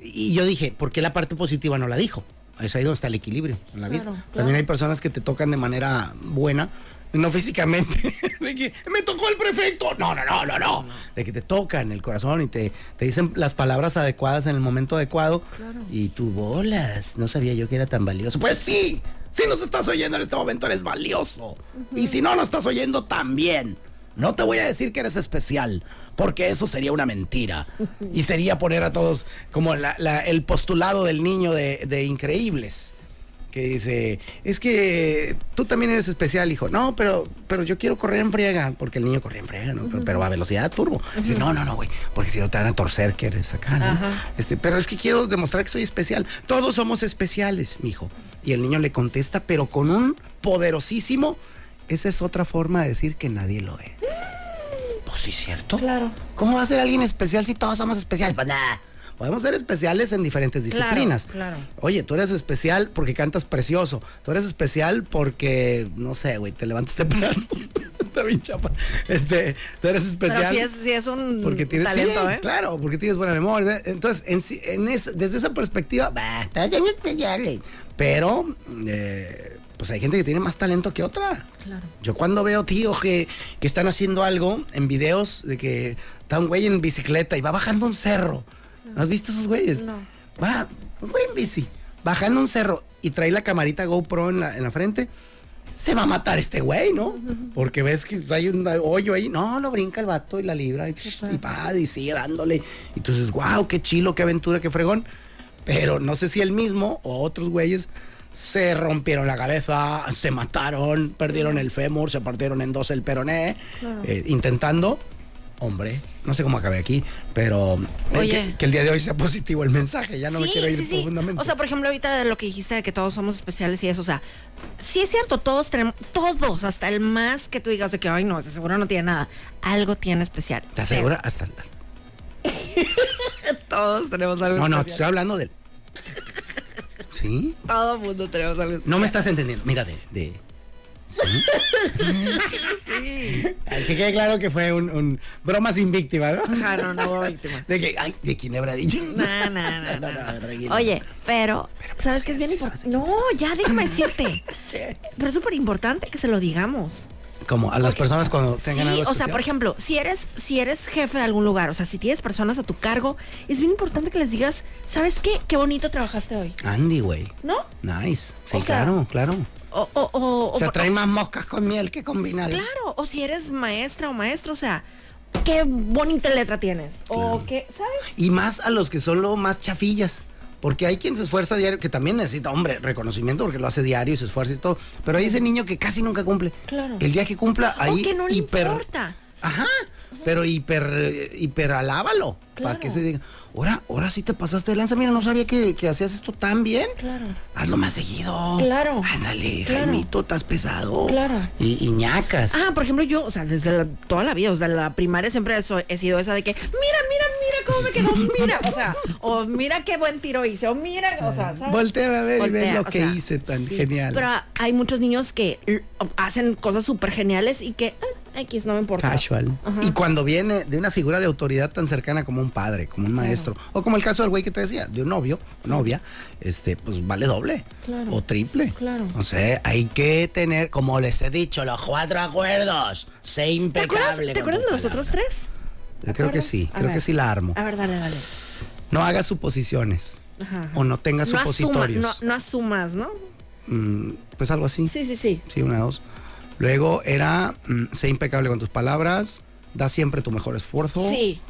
Speaker 4: Y yo dije, ¿por qué la parte positiva no la dijo? Es ahí donde está el equilibrio en la vida.
Speaker 2: Claro,
Speaker 4: También hay personas que te tocan de manera buena, no físicamente. de que me tocó el prefecto. No, no, no, no, no. De que te tocan el corazón y te, te dicen las palabras adecuadas en el momento adecuado. Y tú bolas. No sabía yo que era tan valioso. Pues sí, si nos estás oyendo en este momento eres valioso. Y si no nos estás oyendo también. No te voy a decir que eres especial, porque eso sería una mentira. Y sería poner a todos como la- la- el postulado del niño de- de increíbles que dice, es que tú también eres especial, hijo. No, pero, pero yo quiero correr en friega, porque el niño corría en friega, ¿no? Pero, pero a velocidad turbo. Dice, no, no, no, güey, porque si no te van a torcer que eres acá, ¿no? Este, pero es que quiero demostrar que soy especial. Todos somos especiales, mijo. Y el niño le contesta, pero con un poderosísimo, esa es otra forma de decir que nadie lo es. Pues sí, ¿cierto?
Speaker 2: Claro.
Speaker 4: ¿Cómo va a ser alguien especial si todos somos especiales? Pues nada. Podemos ser especiales en diferentes
Speaker 2: Claro,
Speaker 4: disciplinas.
Speaker 2: claro.
Speaker 4: Oye, tú eres especial porque cantas precioso. Tú eres especial porque, no sé, güey, te levantas temprano. Está bien chapa. Este, tú eres especial.
Speaker 2: Pero sí es, sí es un
Speaker 4: porque tienes
Speaker 2: talento,
Speaker 4: sí,
Speaker 2: ¿eh?
Speaker 4: Claro, porque tienes buena memoria. Entonces, en, sí- en esa- desde esa perspectiva, bah, todos son especiales. Pero, eh, pues hay gente que tiene más talento que otra.
Speaker 2: Claro.
Speaker 4: Yo cuando veo tíos que, que están haciendo algo en videos de que está un güey en bicicleta y va bajando un cerro. ¿No, has visto esos güeyes?
Speaker 2: Mm. No.
Speaker 4: Va, un güey en bici, bajando un cerro y trae la camarita GoPro en la, en la frente. Se va a matar este güey, ¿no? Porque ves que hay un hoyo ahí. No, lo brinca el vato y la libra y, y va y sigue dándole. Y tú dices, wow, qué chilo, qué aventura, qué fregón. Pero no sé si él mismo o otros güeyes se rompieron la cabeza, se mataron, perdieron el fémur, se partieron en dos el peroné, eh, intentando. hombre. No sé cómo acabé aquí, pero eh,
Speaker 2: Oye.
Speaker 4: Que, que el día de hoy sea positivo el mensaje. Ya no me
Speaker 2: Sí,
Speaker 4: quiero ir
Speaker 2: sí, sí.
Speaker 4: profundamente.
Speaker 2: O sea, por ejemplo, ahorita de lo que dijiste de que todos somos especiales y eso, o sea, sí es cierto, todos tenemos, todos, hasta el más que tú digas de que, ay, no, ese seguro no tiene nada, algo tiene especial.
Speaker 4: ¿Te asegura? Hasta.
Speaker 2: Sí, todos tenemos algo
Speaker 4: No, no, te estoy
Speaker 2: especial.
Speaker 4: hablando del. ¿Sí?
Speaker 2: Todo mundo tenemos algo especial.
Speaker 4: No me estás entendiendo. Mira, de. de-
Speaker 2: Sí.
Speaker 4: Ay, Que quede claro que fue un, un broma sin víctima, ¿no?
Speaker 2: Ajá, no, no, hubo víctima.
Speaker 4: De que, ay, ¿de quién habrá dicho?
Speaker 2: No, no, no, no, no.
Speaker 4: tranquilo.
Speaker 2: Oye, pero, pues, ¿sabes qué es bien importante? No, ya déjame decirte. Pero es súper importante que se lo digamos.
Speaker 4: Como a las personas cuando tengan
Speaker 2: sí,
Speaker 4: algo
Speaker 2: o sea,
Speaker 4: especial.
Speaker 2: por ejemplo, si eres, si eres jefe de algún lugar, o sea, si tienes personas a tu cargo, es bien importante que les digas, ¿sabes qué? Qué bonito trabajaste hoy,
Speaker 4: Andy, güey.
Speaker 2: ¿no?
Speaker 4: Nice. Sí,
Speaker 2: O sea,
Speaker 4: claro, claro.
Speaker 2: O, o, o, o-
Speaker 4: O sea, trae más moscas con miel que con vinagre.
Speaker 2: claro, o si eres maestra o maestro, o sea, qué bonita letra tienes, o qué, ¿sabes?
Speaker 4: Y más a los que son lo más chafillas. Porque hay quien se esfuerza diario, que también necesita, hombre, reconocimiento porque lo hace diario y se esfuerza y todo. Pero hay ese niño que casi nunca cumple.
Speaker 2: Claro.
Speaker 4: El día que cumpla, ahí.
Speaker 2: o que no le
Speaker 4: hiper-
Speaker 2: importa.
Speaker 4: Ajá. Pero hiper, eh, hiperalábalo.
Speaker 2: Claro.
Speaker 4: Para que se diga, ahora, ahora sí te pasaste de lanza. Mira, no sabía que, que hacías esto tan bien.
Speaker 2: Claro.
Speaker 4: Hazlo más seguido.
Speaker 2: Claro.
Speaker 4: Ándale,
Speaker 2: Claro.
Speaker 4: Jaimito, estás pesado.
Speaker 2: Claro.
Speaker 4: Y, y ñacas.
Speaker 2: Ah, por ejemplo, yo, o sea, desde la- toda la vida, o sea, la primaria siempre so- he sido esa de que, mira, mira, mira cómo me quedó, mira, o sea, o mira qué buen tiro hice, o mira, o sea, ¿sabes?
Speaker 4: Voltea a ver y ve
Speaker 2: Voltea,
Speaker 4: lo
Speaker 2: o
Speaker 4: que hice tan genial.
Speaker 2: Pero hay muchos niños que l- hacen cosas súper geniales y que, ah, X, no me importa.
Speaker 4: Casual.
Speaker 2: Ajá.
Speaker 4: Y cuando viene de una figura de autoridad tan cercana como un padre, como un maestro, o como el caso del güey que te decía, de un novio, novia, este, pues vale doble.
Speaker 2: Claro.
Speaker 4: O triple.
Speaker 2: Claro.
Speaker 4: No sé, hay que tener, como les he dicho, los cuatro acuerdos. Sé
Speaker 2: ¿Te
Speaker 4: impecable.
Speaker 2: acuerdas, ¿te
Speaker 4: con
Speaker 2: acuerdas
Speaker 4: tus
Speaker 2: de los
Speaker 4: palabras.
Speaker 2: otros tres?
Speaker 4: Yo creo que
Speaker 2: acuerdas?
Speaker 4: sí,
Speaker 2: A
Speaker 4: creo
Speaker 2: ver.
Speaker 4: que sí la armo.
Speaker 2: A ver, dale, dale.
Speaker 4: No hagas suposiciones.
Speaker 2: Ajá.
Speaker 4: O no tengas
Speaker 2: No, asuma-
Speaker 4: supositorios.
Speaker 2: no, no asumas, ¿no?
Speaker 4: Mm, pues algo así.
Speaker 2: Sí, sí, sí.
Speaker 4: Sí, una, dos. Luego era, mm, sé impecable con tus palabras, da siempre tu mejor esfuerzo.
Speaker 2: Sí.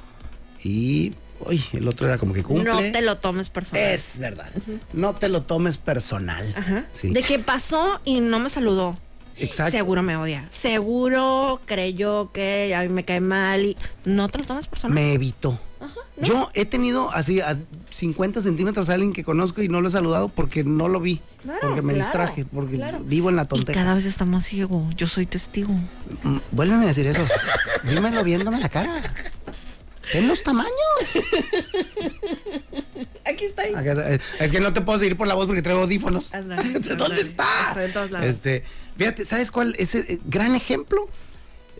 Speaker 4: Y, uy, el otro era como que cumple.
Speaker 2: No te lo tomes personal.
Speaker 4: Es verdad. No te lo tomes personal.
Speaker 2: Ajá.
Speaker 4: Sí.
Speaker 2: De que pasó y no me saludó.
Speaker 4: Exacto.
Speaker 2: Seguro me odia. Seguro creyó que a mí me cae mal y no te lo tomas personal.
Speaker 4: Me evitó. Yo he tenido así a 50 centímetros a alguien que conozco y no lo he saludado porque no lo vi.
Speaker 2: Claro,
Speaker 4: porque me
Speaker 2: claro,
Speaker 4: distraje, porque
Speaker 2: claro.
Speaker 4: vivo en la
Speaker 2: Y
Speaker 4: tontería.
Speaker 2: cada vez está más ciego. Yo soy testigo.
Speaker 4: Mm, Vuélveme a decir eso. Dímelo viéndome la cara. Ten los tamaños.
Speaker 2: Aquí estoy.
Speaker 4: Acá está. Eh, Es que no te puedo seguir por la voz porque traigo audífonos.
Speaker 2: Ándale, ándale.
Speaker 4: ¿Dónde está?
Speaker 2: Estoy en todos lados.
Speaker 4: Este, fíjate, ¿sabes cuál es el eh, gran ejemplo?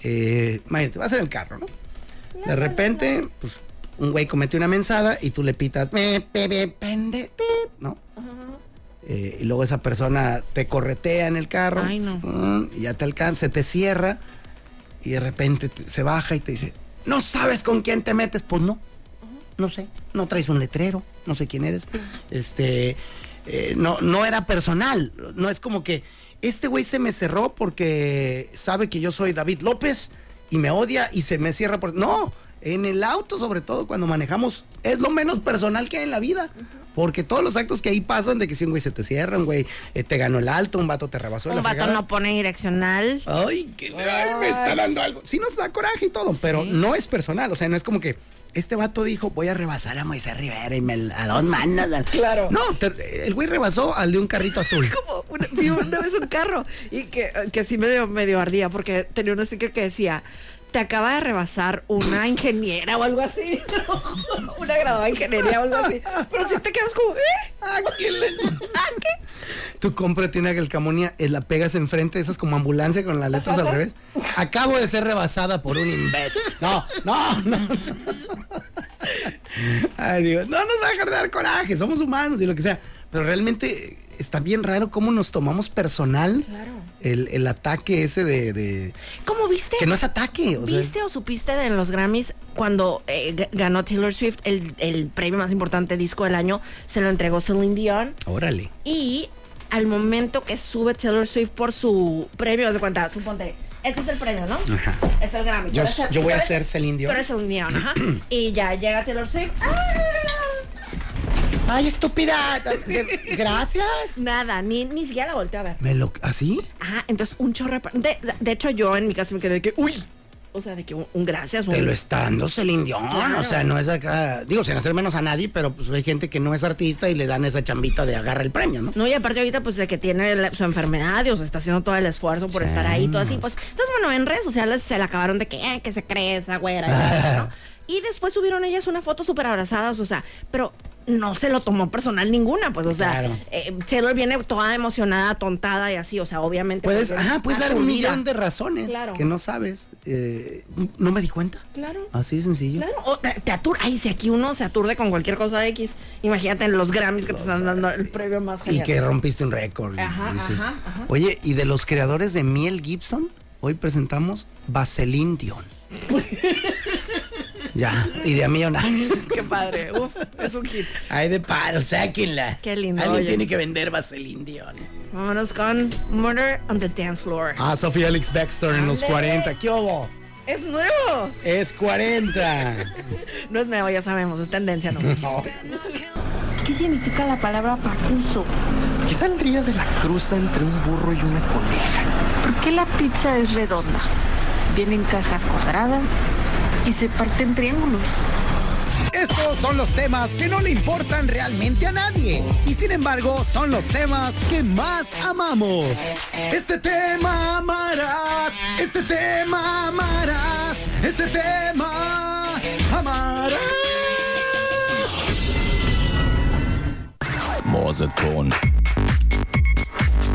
Speaker 4: Eh, Mayra, te vas en el carro, ¿no? De repente, pues, un güey comete una mensada y tú le pitas, me, pe, pe, pende, pe", ¿no? Eh, y luego esa persona te corretea en el carro.
Speaker 2: Ay, no.
Speaker 4: mm, y ya te alcanza, se te cierra. Y de repente te- se baja y te dice, no sabes con quién te metes. Pues no, no sé, no traes un letrero, no sé quién eres. Este, eh, no, no era personal. No es como que este güey se me cerró porque sabe que yo soy David López y me odia y se me cierra por... No, en el auto sobre todo cuando manejamos es lo menos personal que hay en la vida. Porque todos los actos que ahí pasan de que si un güey se te cierra, un güey eh, te ganó el alto, un vato te rebasó la
Speaker 2: Un vato
Speaker 4: fregada.
Speaker 2: no pone direccional.
Speaker 4: Ay, que ay, me está dando algo. Sí nos da coraje y todo, pero no es personal. O sea, no es como que este vato dijo, voy a rebasar a Moisés Rivera y me la- a dos manos. Claro. No, te- el güey rebasó al de un carrito azul.
Speaker 2: Como una, vi una vez un carro y que, que así medio, medio ardía porque tenía un sticker que decía, te acaba de rebasar una ingeniera o algo así. una graduada de ingeniería o algo así. Pero si te quedas como, ¿eh?
Speaker 4: Ah, ¿qué le- ah, qué? Tú cómprate una calcamonía, eh, la pegas enfrente, esas como ambulancia con las letras al revés. Acabo de ser rebasada por un imbécil. No, no, no. Ay, Dios, no nos va a dejar de dar coraje, somos humanos y lo que sea. Pero realmente eh, está bien raro cómo nos tomamos personal el, el ataque ese de, de-
Speaker 2: ¿Cómo viste?
Speaker 4: Que no es ataque. o sea,
Speaker 2: ¿Viste o supiste de en los Grammys cuando eh, g- ganó Taylor Swift el, el premio más importante disco del año? Se lo entregó Celine Dion.
Speaker 4: órale.
Speaker 2: Y al momento que sube Taylor Swift por su premio, haz de cuenta, suponte, este es el premio, ¿no?
Speaker 4: Ajá.
Speaker 2: Es el Grammy. Tú
Speaker 4: Yo-
Speaker 2: eres el-
Speaker 4: yo voy
Speaker 2: tú
Speaker 4: a
Speaker 2: eres-
Speaker 4: ser Celine Dion.
Speaker 2: Tú eres Celine Dion, ajá. y ya llega Taylor Swift. ¡ah!
Speaker 3: Ay, estúpida. Gracias.
Speaker 2: Nada, ni, ni siquiera la volteó a ver.
Speaker 4: ¿Me lo, ¿Ah, ¿Así?
Speaker 2: Ajá, entonces un chorro. De, de- de hecho, yo en mi casa me quedé de que, uy, O sea, de que un, un gracias, un...
Speaker 4: Te lo está dando Celine Dion,
Speaker 2: Pues, Claro.
Speaker 4: o sea, no es acá, digo, sin hacer menos a nadie, pero pues hay gente que no es artista y le dan esa chambita de agarra el premio, ¿no?
Speaker 2: No, y aparte ahorita pues de que tiene la- su enfermedad y o sea, está haciendo todo el esfuerzo por estar ahí, todo así. Pues, entonces, bueno, en redes sociales se la acabaron de que, eh, que se cree esa güera. y así, ¿no? Y después subieron ellas una foto súper abrazadas, o sea, pero no se lo tomó personal ninguna, pues, o sea,
Speaker 4: Claro.
Speaker 2: eh, Taylor viene toda emocionada, tontada y así, o sea, obviamente.
Speaker 4: Puedes,
Speaker 2: pues,
Speaker 4: ajá, puedes
Speaker 2: a
Speaker 4: dar
Speaker 2: tu
Speaker 4: un
Speaker 2: vida.
Speaker 4: millón de razones
Speaker 2: Claro.
Speaker 4: que no sabes. eh, no me di cuenta.
Speaker 2: Claro.
Speaker 4: Así de sencillo.
Speaker 2: Claro, o te, te atur- Ay, si aquí uno se aturde con cualquier cosa X, imagínate en los Grammys que te están dando el premio más
Speaker 4: Y
Speaker 2: genial.
Speaker 4: que rompiste un récord. y
Speaker 2: Ajá,
Speaker 4: dices,
Speaker 2: ajá, ajá.
Speaker 4: Oye, y de los creadores de Miel Gibson, hoy presentamos Vaseline Dion. ya, y de millonario.
Speaker 2: Qué padre, uf, es un hit.
Speaker 4: Ay, de paro, sáquenla.
Speaker 2: Qué lindo,
Speaker 4: Alguien
Speaker 2: oye.
Speaker 4: tiene que vender Vaseline Dion.
Speaker 2: Vámonos con Murder on the Dance Floor.
Speaker 4: Ah, Sofía Alex Baxter en los
Speaker 2: Ándale.
Speaker 4: 40. ¿Qué hubo?
Speaker 2: Es nuevo.
Speaker 4: Es 40.
Speaker 2: No es nuevo, ya sabemos, es tendencia, ¿no?
Speaker 4: No.
Speaker 5: ¿Qué significa la palabra pacuso?
Speaker 6: ¿Qué saldría de la cruza entre un burro y una coneja?
Speaker 5: ¿Por qué la pizza es redonda? Viene en cajas cuadradas y se parte en triángulos.
Speaker 4: Estos son los temas que no le importan realmente a nadie. Y sin embargo, son los temas que más amamos. Este tema amarás. Este tema amarás. Este tema amarás.
Speaker 7: Morseton.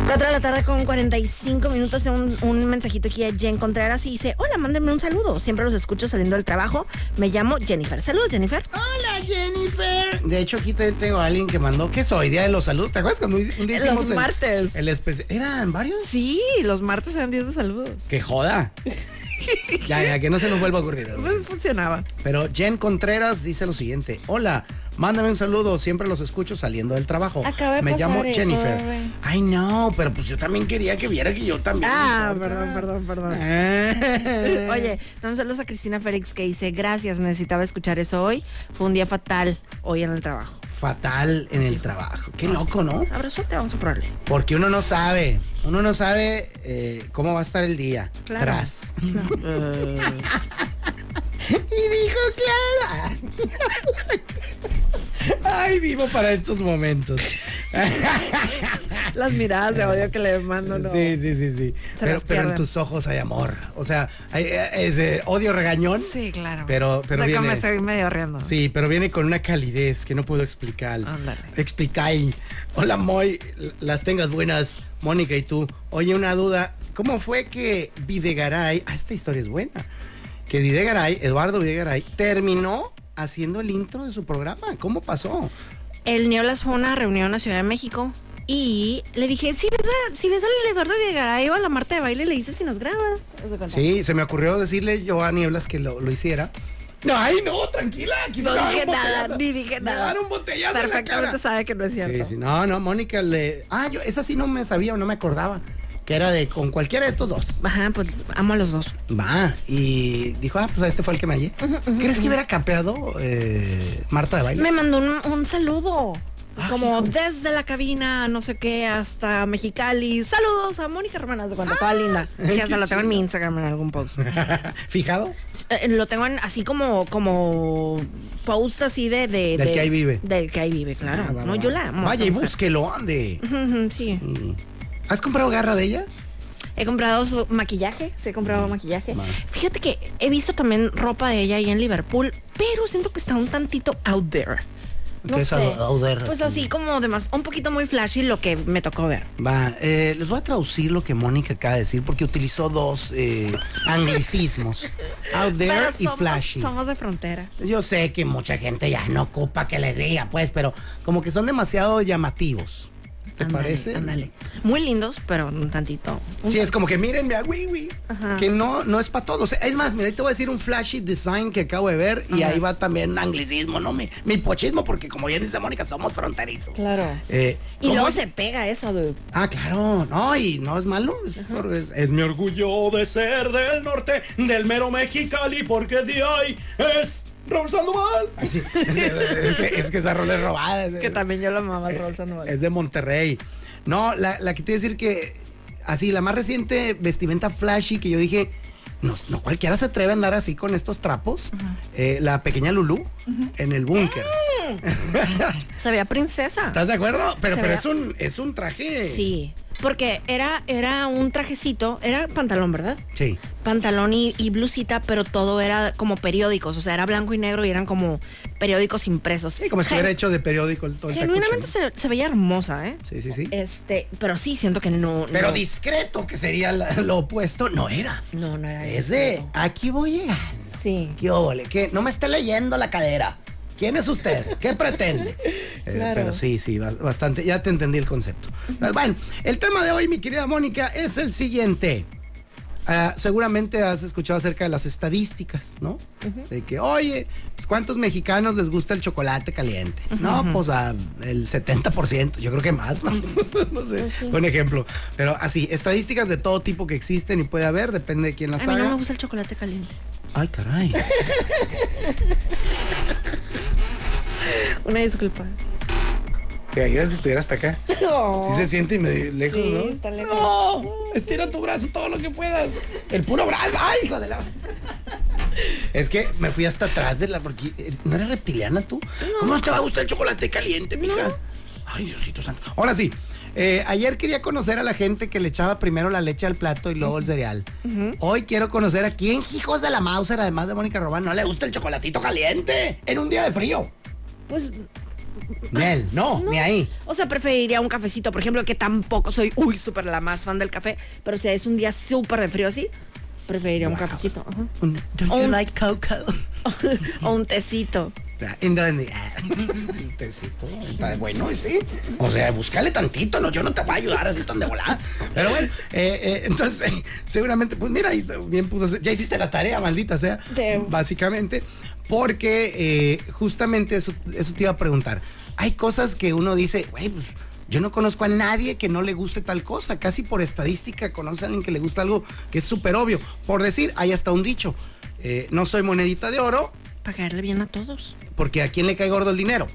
Speaker 2: 4 de la tarde con 45 minutos de un, un mensajito aquí a Jen Contreras y dice, hola, mándenme un saludo. Siempre los escucho saliendo del trabajo. Me llamo Jennifer. Saludos, Jennifer.
Speaker 4: Hola, Jennifer. De hecho, aquí te- tengo a alguien que mandó que soy Día de los Saludos. ¿Te acuerdas cuando un día
Speaker 2: Los
Speaker 4: hicimos el-
Speaker 2: martes.
Speaker 4: El, especial. ¿Eran varios?
Speaker 2: Sí, los martes eran días de saludos.
Speaker 4: Que joda. ya, ya, que no se nos vuelva a ocurrir.
Speaker 2: Pues funcionaba.
Speaker 4: Pero Jen Contreras dice lo siguiente: Hola, mándame un saludo. Siempre los escucho saliendo del trabajo.
Speaker 2: Acaba de
Speaker 4: Me
Speaker 2: pasar
Speaker 4: llamo
Speaker 2: eso,
Speaker 4: Jennifer.
Speaker 2: güey.
Speaker 4: Ay, no, pero pues yo también quería que viera que yo también.
Speaker 2: Ah,
Speaker 4: me importa.
Speaker 2: perdón, perdón, perdón. Eh,
Speaker 4: Ah.
Speaker 2: Oye, damos saludos a Cristina Félix que dice, gracias, necesitaba escuchar eso hoy. Fue un día fatal hoy en el trabajo.
Speaker 4: Fatal en el trabajo. Qué loco, ¿no?
Speaker 2: Abrazote, vamos a probarle.
Speaker 4: Porque uno no sabe. Uno no sabe eh, cómo va a estar el día.
Speaker 2: Claro.
Speaker 4: Tras. y dijo Clara. Ay, vivo para estos momentos.
Speaker 2: Las miradas de odio que le mando, no.
Speaker 4: Sí, sí, sí, sí.
Speaker 2: Se
Speaker 4: Pero,
Speaker 2: las
Speaker 4: pero en
Speaker 2: pierden.
Speaker 4: tus ojos hay amor. O sea, hay, eh, es de odio regañón.
Speaker 2: Sí, claro.
Speaker 4: Pero- pero
Speaker 2: De que
Speaker 4: viene-
Speaker 2: me estoy medio riendo.
Speaker 4: Sí, pero viene con una calidez que no puedo explicar.
Speaker 2: Ándale.
Speaker 4: Explicar. Hola, Moy. Las tengas buenas, Mónica y tú. Oye, una duda. ¿Cómo fue que Videgaray. Ah, esta historia es buena. Que Videgaray, Eduardo Videgaray, terminó haciendo el intro de su programa. ¿Cómo pasó?
Speaker 2: El Nieblas fue a una reunión en la Ciudad de México y le dije, si ves, a, si ves al Eduardo Llegaray o a la Marta de Baile, le dices si nos grabas. Haz de cuenta.
Speaker 4: Sí, se me ocurrió decirle yo a Nieblas que lo, lo hiciera. No, ay, no, tranquila. aquí se
Speaker 2: No
Speaker 4: me va a dar
Speaker 2: dije
Speaker 4: un
Speaker 2: nada,
Speaker 4: botellazo.
Speaker 2: ni dije
Speaker 4: Me va a
Speaker 2: nada.
Speaker 4: dar un botellazo en la
Speaker 2: Perfectamente
Speaker 4: cara.
Speaker 2: sabe que no es cierto.
Speaker 4: Sí, sí. No, no, Mónica le. Ah, yo esa sí no me sabía o no me acordaba. Que era de con cualquiera de estos dos.
Speaker 2: Ajá, pues amo a los dos.
Speaker 4: Va. Y dijo, ah, pues a este fue el que me hallé. ¿Crees que hubiera capeado eh, Marta de baile?
Speaker 2: Me mandó un, un saludo. Como desde la cabina, no sé qué, hasta Mexicali. Saludos a Mónica Hermanas de cuenta,
Speaker 4: Ah,
Speaker 2: toda linda. Sí, hasta lo tengo en mi Instagram en algún post.
Speaker 4: ¿Fijado?
Speaker 2: Eh, lo tengo en- así como como post así de, de-
Speaker 4: Del
Speaker 2: de-
Speaker 4: que ahí vive.
Speaker 2: del que ahí vive claro
Speaker 4: Ah, va,
Speaker 2: no
Speaker 4: va.
Speaker 2: yo la amo
Speaker 4: Vaya y Mm.
Speaker 2: esa mujer.
Speaker 4: búsquelo, ande.
Speaker 2: Ujú, sí
Speaker 4: ¿Has comprado garra de ella?
Speaker 2: he comprado su maquillaje sí he comprado maquillaje fíjate que he visto también ropa de ella ahí en Liverpool pero siento que está un tantito out there no
Speaker 4: ¿Qué es
Speaker 2: sé
Speaker 4: out- out there?
Speaker 2: pues así como de más un poquito muy flashy lo que me tocó ver
Speaker 4: Va, eh, les voy a traducir lo que Mónica acaba de decir porque utilizó dos eh, anglicismos. Out there
Speaker 2: pero
Speaker 4: y
Speaker 2: somos,
Speaker 4: flashy.
Speaker 2: somos de frontera
Speaker 4: Yo sé que mucha gente ya no ocupa que les diga, pues, pero como que son demasiado llamativos. ¿Te
Speaker 2: Ándale,
Speaker 4: parece?
Speaker 2: ándale muy lindos pero un tantito un
Speaker 4: Sí, es como que mírenme a Wiwi, que no, no es para todos. Es más, mira, ahí te voy a decir un flashy design que acabo de ver y ahí va también anglicismo, ¿no? Mi, mi pochismo, porque como bien dice Mónica, somos fronterizos.
Speaker 2: Claro.
Speaker 4: Eh,
Speaker 2: y
Speaker 4: ¿cómo
Speaker 2: luego
Speaker 4: es?
Speaker 2: se pega eso dude
Speaker 4: Ah, claro, no, y no es malo. Es, or- es- es mi orgullo de ser del norte, del mero Mexicali, porque de ahí es Raúl Sandoval. Así, Ah, es, que- es que esa rola es robada. es-
Speaker 2: que también yo la mamá
Speaker 4: Eh,
Speaker 2: Raúl Sandoval.
Speaker 4: es de Monterrey. No, la, la que te iba a decir que, así, la más reciente vestimenta flashy que yo dije, no, no cualquiera se atreve a andar así con estos trapos. Eh, la pequeña Lulú en el búnker.
Speaker 2: Ah. Se veía princesa.
Speaker 4: ¿Estás de acuerdo? Pero,
Speaker 2: Se
Speaker 4: pero
Speaker 2: vea-
Speaker 4: es un, es un traje.
Speaker 2: Sí, porque era, era un trajecito, era pantalón, ¿verdad?
Speaker 4: Sí.
Speaker 2: Pantalón y, y blusita, pero todo era como periódicos, o sea, era blanco y negro y eran como periódicos impresos.
Speaker 4: Sí, como si
Speaker 2: Gen-
Speaker 4: hubiera hecho de periódico el todo el tacucho,
Speaker 2: Genuinamente
Speaker 4: ¿no?
Speaker 2: se, se veía hermosa, ¿eh?
Speaker 4: Sí, sí, sí.
Speaker 2: Este, pero sí, siento que no.
Speaker 4: Pero
Speaker 2: no,
Speaker 4: discreto, que sería la- lo opuesto, no era.
Speaker 2: No, no era
Speaker 4: Es de aquí voy llegando.
Speaker 2: Sí.
Speaker 4: ¿Qué óvole? ¿Qué? No me esté leyendo la cadera. ¿Quién es usted? ¿Qué pretende? Eh,
Speaker 2: Claro.
Speaker 4: Pero sí, sí, bas- bastante. Ya te entendí el concepto. Pues, Bueno, el tema de hoy, mi querida Mónica, es el siguiente. Ah, seguramente has escuchado acerca de las estadísticas, ¿no? De que, oye, pues, ¿cuántos mexicanos les gusta el chocolate caliente? No, pues a el 70%, yo creo que más, ¿no? no sé,
Speaker 2: Pues
Speaker 4: un ejemplo. Pero así, estadísticas de todo tipo que existen y puede haber, depende de quién las
Speaker 2: A mí
Speaker 4: haga.
Speaker 2: no me gusta el chocolate caliente.
Speaker 4: Ay, caray.
Speaker 2: Una disculpa.
Speaker 4: Que ayer si estuviera hasta acá. Sí se siente y me lejos,
Speaker 2: Sí,
Speaker 4: ¿no?
Speaker 2: está lejos.
Speaker 4: No, estira tu brazo todo lo que puedas. El puro brazo. Ay, hijo de la. Es que me fui hasta atrás de la porque eh, no eres reptiliana tú. ¿Cómo no te va a gustar el chocolate caliente, mija? Ay, Diosito santo. Ahora sí. eh, ayer quería conocer a la gente que le echaba primero la leche al plato y luego el cereal. Hoy quiero conocer a quién, hijos de la Mauser, además de Mónica Román, no le gusta el chocolatito caliente en un día de frío.
Speaker 2: Pues
Speaker 4: Nel, no,
Speaker 2: No.
Speaker 4: ni ahí.
Speaker 2: O sea, preferiría un cafecito, por ejemplo, que tampoco soy, uy, súper la más fan del café, pero si es un día súper de frío así, preferiría un cafecito. ajá.
Speaker 4: Un- Don't you
Speaker 2: Un-
Speaker 4: like cocoa?
Speaker 2: o un tecito.
Speaker 4: Ah, ¿En dónde? Tecito. Pues, Está bueno, sí. O sea, búscale tantito, no, yo no te voy a ayudar así tan de volada. Pero bueno, eh, eh, entonces, eh, seguramente, pues mira, ahí bien pudo ser. Ya hiciste la tarea, maldita sea.
Speaker 2: Te-
Speaker 4: Básicamente, porque eh, justamente eso, eso te iba a preguntar. Hay cosas que uno dice, güey, pues. Yo no conozco a nadie que no le guste tal cosa. Casi por estadística conoce a alguien que le gusta algo que es súper obvio. Por decir, hay hasta un dicho. eh, no soy monedita de oro,
Speaker 2: Para caerle bien a todos.
Speaker 4: porque a quién le cae gordo el dinero?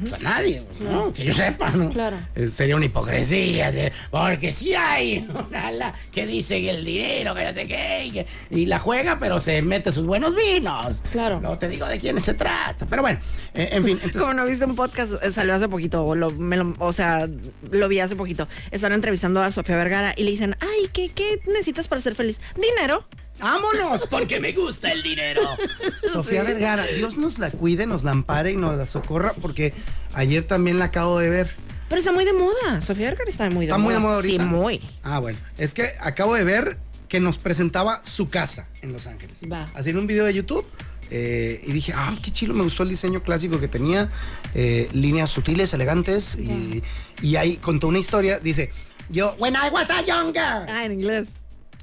Speaker 4: Pues a nadie, ¿no? Que yo sepa, ¿no?
Speaker 2: Claro.
Speaker 4: Eh, sería una hipocresía, ¿sí? porque sí hay una ala que dice que el dinero, que no sé qué, y, que- y la juega, pero se mete sus buenos vinos.
Speaker 2: Claro.
Speaker 4: No te digo de quién se trata, pero bueno, eh, en fin. entonces-
Speaker 2: Como no viste un podcast, eh, salió hace poquito, o, lo, me lo- o sea, lo vi hace poquito. Estaban entrevistando a Sofía Vergara y le dicen, ay, ¿qué, qué necesitas para ser feliz? Dinero.
Speaker 4: ¡Vámonos! Porque me gusta el dinero. Sofía Vergara, Dios nos la cuide, nos la ampare y nos la socorra, porque ayer también la acabo de ver.
Speaker 2: Pero está muy de moda. Sofía Vergara está muy de
Speaker 4: Está
Speaker 2: moda.
Speaker 4: muy de moda ahorita.
Speaker 2: Sí, muy.
Speaker 4: Ah, bueno. Es que acabo de ver que nos presentaba su casa en Los Ángeles.
Speaker 2: Va.
Speaker 4: Así en un video de YouTube. eh, y dije, ah, qué chilo, me gustó el diseño clásico que tenía. eh, líneas sutiles, elegantes. Y, y ahí contó una historia. Dice, yo, when I was a young girl.
Speaker 2: Ah, en inglés.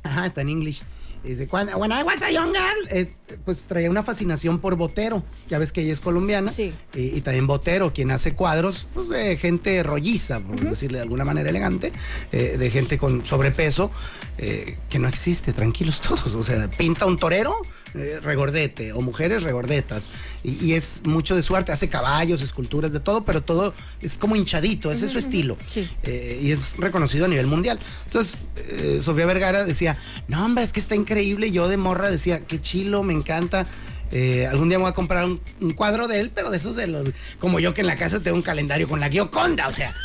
Speaker 4: Ajá, está en inglés. Dice, cuando, when I was a young girl, eh, pues traía una fascinación por Botero. Ya ves que ella es colombiana.
Speaker 2: Sí.
Speaker 4: Y, y también Botero, quien hace cuadros pues, de gente rolliza, por decirle de alguna manera elegante, eh, de gente con sobrepeso, eh, que no existe, tranquilos todos. O sea, pinta un torero, eh, regordete, o mujeres regordetas. Y, y es mucho de su arte, hace caballos, esculturas, de todo, pero todo es como hinchadito, ese es su estilo.
Speaker 2: Sí.
Speaker 4: Eh, y es reconocido a nivel mundial. Entonces, eh, Sofía Vergara decía, no, hombre, es que está increíble. Y Yo de morra decía, qué chilo, me encanta. Eh, algún día me voy a comprar un, un cuadro de él, pero de esos de los... Como yo que en la casa tengo un calendario con la Gioconda, o sea.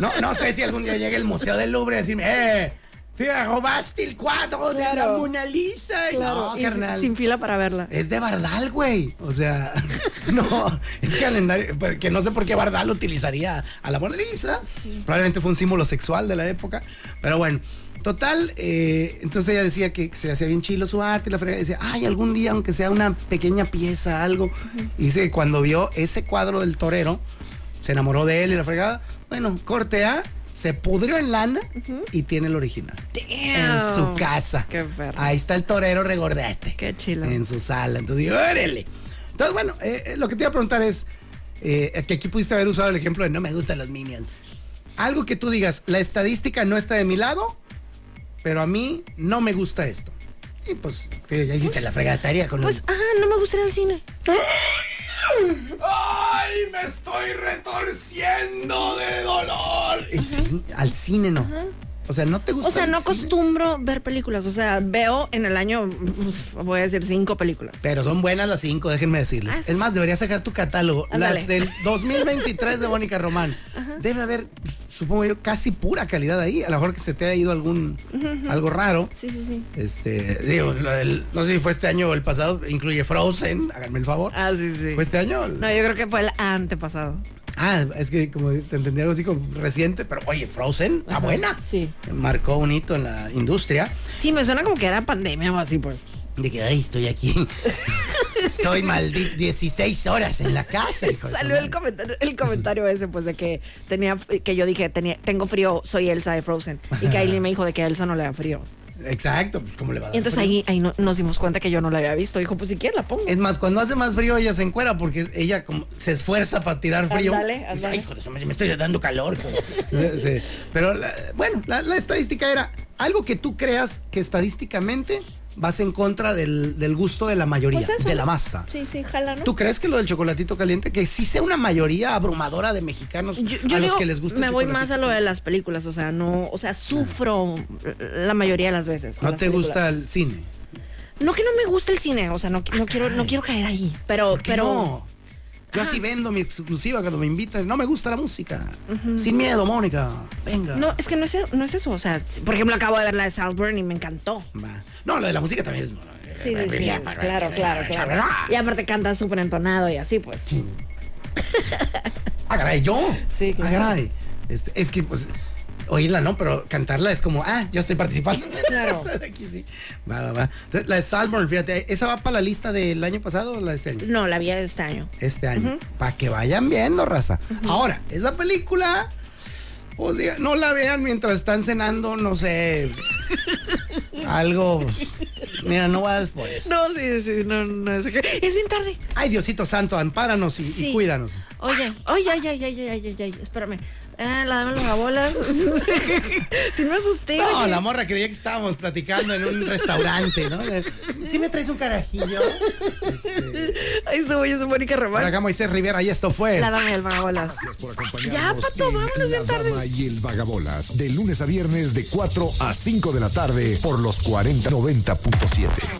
Speaker 4: No, no sé si algún día llegue el Museo del Louvre a decirme, eh, te robaste el cuadro de la
Speaker 2: Claro.
Speaker 4: Mona Lisa. Y no,
Speaker 2: y sin-
Speaker 4: carnal.
Speaker 2: sin fila para verla.
Speaker 4: Es de Bardal, güey. O sea, no, es calendario, porque no sé por qué Bardal utilizaría a la Mona Lisa. Probablemente fue un símbolo sexual de la época. Pero bueno, total, eh, entonces ella decía que se hacía bien chilo su arte, y la fregada decía, ay, algún día, aunque sea una pequeña pieza, algo. Y dice que cuando vio ese cuadro del torero, se enamoró de él y la fregada. Bueno, corte A, se pudrió en lana y tiene el original. En su
Speaker 2: Damn.
Speaker 4: casa.
Speaker 2: Qué ferro.
Speaker 4: Ahí está el torero regordete.
Speaker 2: Qué chilo.
Speaker 4: En su sala. Entonces digo, órale. Entonces, bueno, eh, eh, lo que te iba a preguntar es eh, que aquí pudiste haber usado el ejemplo de no me gustan los minions. Algo que tú digas, la estadística no está de mi lado, pero a mí no me gusta esto. Y pues, tío, ya hiciste la fregataria con
Speaker 2: Pues,
Speaker 4: los.
Speaker 2: ah, no me gustaría el cine.
Speaker 4: ¡Ay! ¡Me estoy retorciendo de dolor! Y sí, al cine no. O sea, no te gusta.
Speaker 2: O sea,
Speaker 4: el
Speaker 2: no
Speaker 4: cine?
Speaker 2: acostumbro ver películas. O sea, veo en el año, uf, voy a decir, cinco películas.
Speaker 4: Pero son buenas las cinco, déjenme decirles.
Speaker 2: Ah, sí,
Speaker 4: es
Speaker 2: sí.
Speaker 4: más, deberías sacar tu catálogo.
Speaker 2: Ándale.
Speaker 4: Las del 2023 de Mónica Román. Debe haber, supongo yo, casi pura calidad ahí. A lo mejor que se te haya ido algún algo raro.
Speaker 2: Sí, sí, sí.
Speaker 4: Este, digo, lo del- no sé si fue este año o el pasado, incluye Frozen, háganme el favor.
Speaker 2: Ah, sí, sí.
Speaker 4: ¿Fue este año?
Speaker 2: no, yo creo que fue el antepasado.
Speaker 4: Ah, es que como te entendí algo así como reciente, pero oye, Frozen, está
Speaker 2: Ajá,
Speaker 4: ¿Ah, buena.
Speaker 2: sí.
Speaker 4: Marcó un hito en la industria.
Speaker 2: Sí, me suena como que era pandemia o así, pues.
Speaker 4: De que, ay, estoy aquí. estoy maldito 16 horas en la casa, hijo de su
Speaker 2: Salió el
Speaker 4: madre.
Speaker 2: comentario, el comentario ese, pues, de que tenía, que yo dije, tenía, tengo frío, soy Elsa de Frozen. Y que Aileen me dijo de que a Elsa no le da frío.
Speaker 4: Exacto, pues cómo le va a dar
Speaker 2: Y entonces
Speaker 4: frío?
Speaker 2: ahí, ahí no- nos dimos cuenta que yo no la había visto. Dijo, pues si quieres la pongo.
Speaker 4: Es más, cuando hace más frío ella se encuera porque ella como se esfuerza para tirar frío.
Speaker 2: Ándale,
Speaker 4: Dice,
Speaker 2: ándale.
Speaker 4: Ay, hijo de su madre, me estoy dando calor. hijo". Sí, Pero la- bueno, la, la estadística era algo que tú creas que estadísticamente vas en contra del, del gusto de la mayoría,
Speaker 2: Pues eso.
Speaker 4: de la masa.
Speaker 2: Sí, sí, jala, ¿no?
Speaker 4: ¿Tú crees que lo del chocolatito caliente, que sí sea una mayoría abrumadora de mexicanos
Speaker 2: Yo, yo
Speaker 4: a
Speaker 2: digo,
Speaker 4: los que les gusta el
Speaker 2: me voy
Speaker 4: chocolatito
Speaker 2: más a lo de las películas, o sea, no, o sea, sufro la mayoría de las veces. con
Speaker 4: ¿No
Speaker 2: las
Speaker 4: te gusta
Speaker 2: películas.
Speaker 4: el cine?
Speaker 2: No que no me gusta el cine, o sea, no, no quiero, no quiero caer ahí, pero,
Speaker 4: ¿Por qué
Speaker 2: pero,
Speaker 4: no? Yo así vendo mi exclusiva cuando me invitan. No me gusta la música. Sin miedo, Mónica. Venga.
Speaker 2: no, es que no es, no es eso, o sea, si- por ejemplo, acabo de ver la de Salburn y me encantó.
Speaker 4: Va. No, lo de la música también es.
Speaker 2: Sí, sí, sí, claro, claro, claro. Y aparte canta súper entonado y así, pues.
Speaker 4: Ah, caray, yo.
Speaker 2: Sí, claro.
Speaker 4: Ah, caray. Este, es que, pues, oírla, ¿no? Pero cantarla es como, ah, yo estoy participando.
Speaker 2: Claro.
Speaker 4: Aquí sí. Va, va, va. Entonces, la de Salmon, fíjate, ¿esa va para la lista del año pasado o la de este año?
Speaker 2: No, la vi este año.
Speaker 4: Este año. Para que vayan viendo, raza. Ahora, esa película. O sea, no la vean mientras están cenando, no sé. algo. Mira, no voy a dar spoilers.
Speaker 2: No, sí, sí, no, no es que- Es bien tarde.
Speaker 4: Ay, Diosito Santo, ampáranos y, y
Speaker 2: Sí.
Speaker 4: cuídanos.
Speaker 2: Oye, oye, ay, ay, ay, ay, ay, ay, espérame. Ah, la dame las bolas. si me asusté.
Speaker 4: No,
Speaker 2: oye.
Speaker 4: la morra creía que estábamos platicando en un restaurante, ¿no? Si me traes un carajillo.
Speaker 2: Ahí estuvo yo, soy Mónica
Speaker 4: Para
Speaker 2: Román.
Speaker 4: acá Moisés Rivera, y esto fue.
Speaker 2: La dama del vagabolas.
Speaker 1: Gracias por acompañarnos.
Speaker 2: Ya, Pato,
Speaker 1: en
Speaker 2: vámonos
Speaker 1: La
Speaker 2: bien tarde.
Speaker 1: Dama y el Vagabolas, de lunes a viernes de 4 a 5 de la tarde por los 4090.7.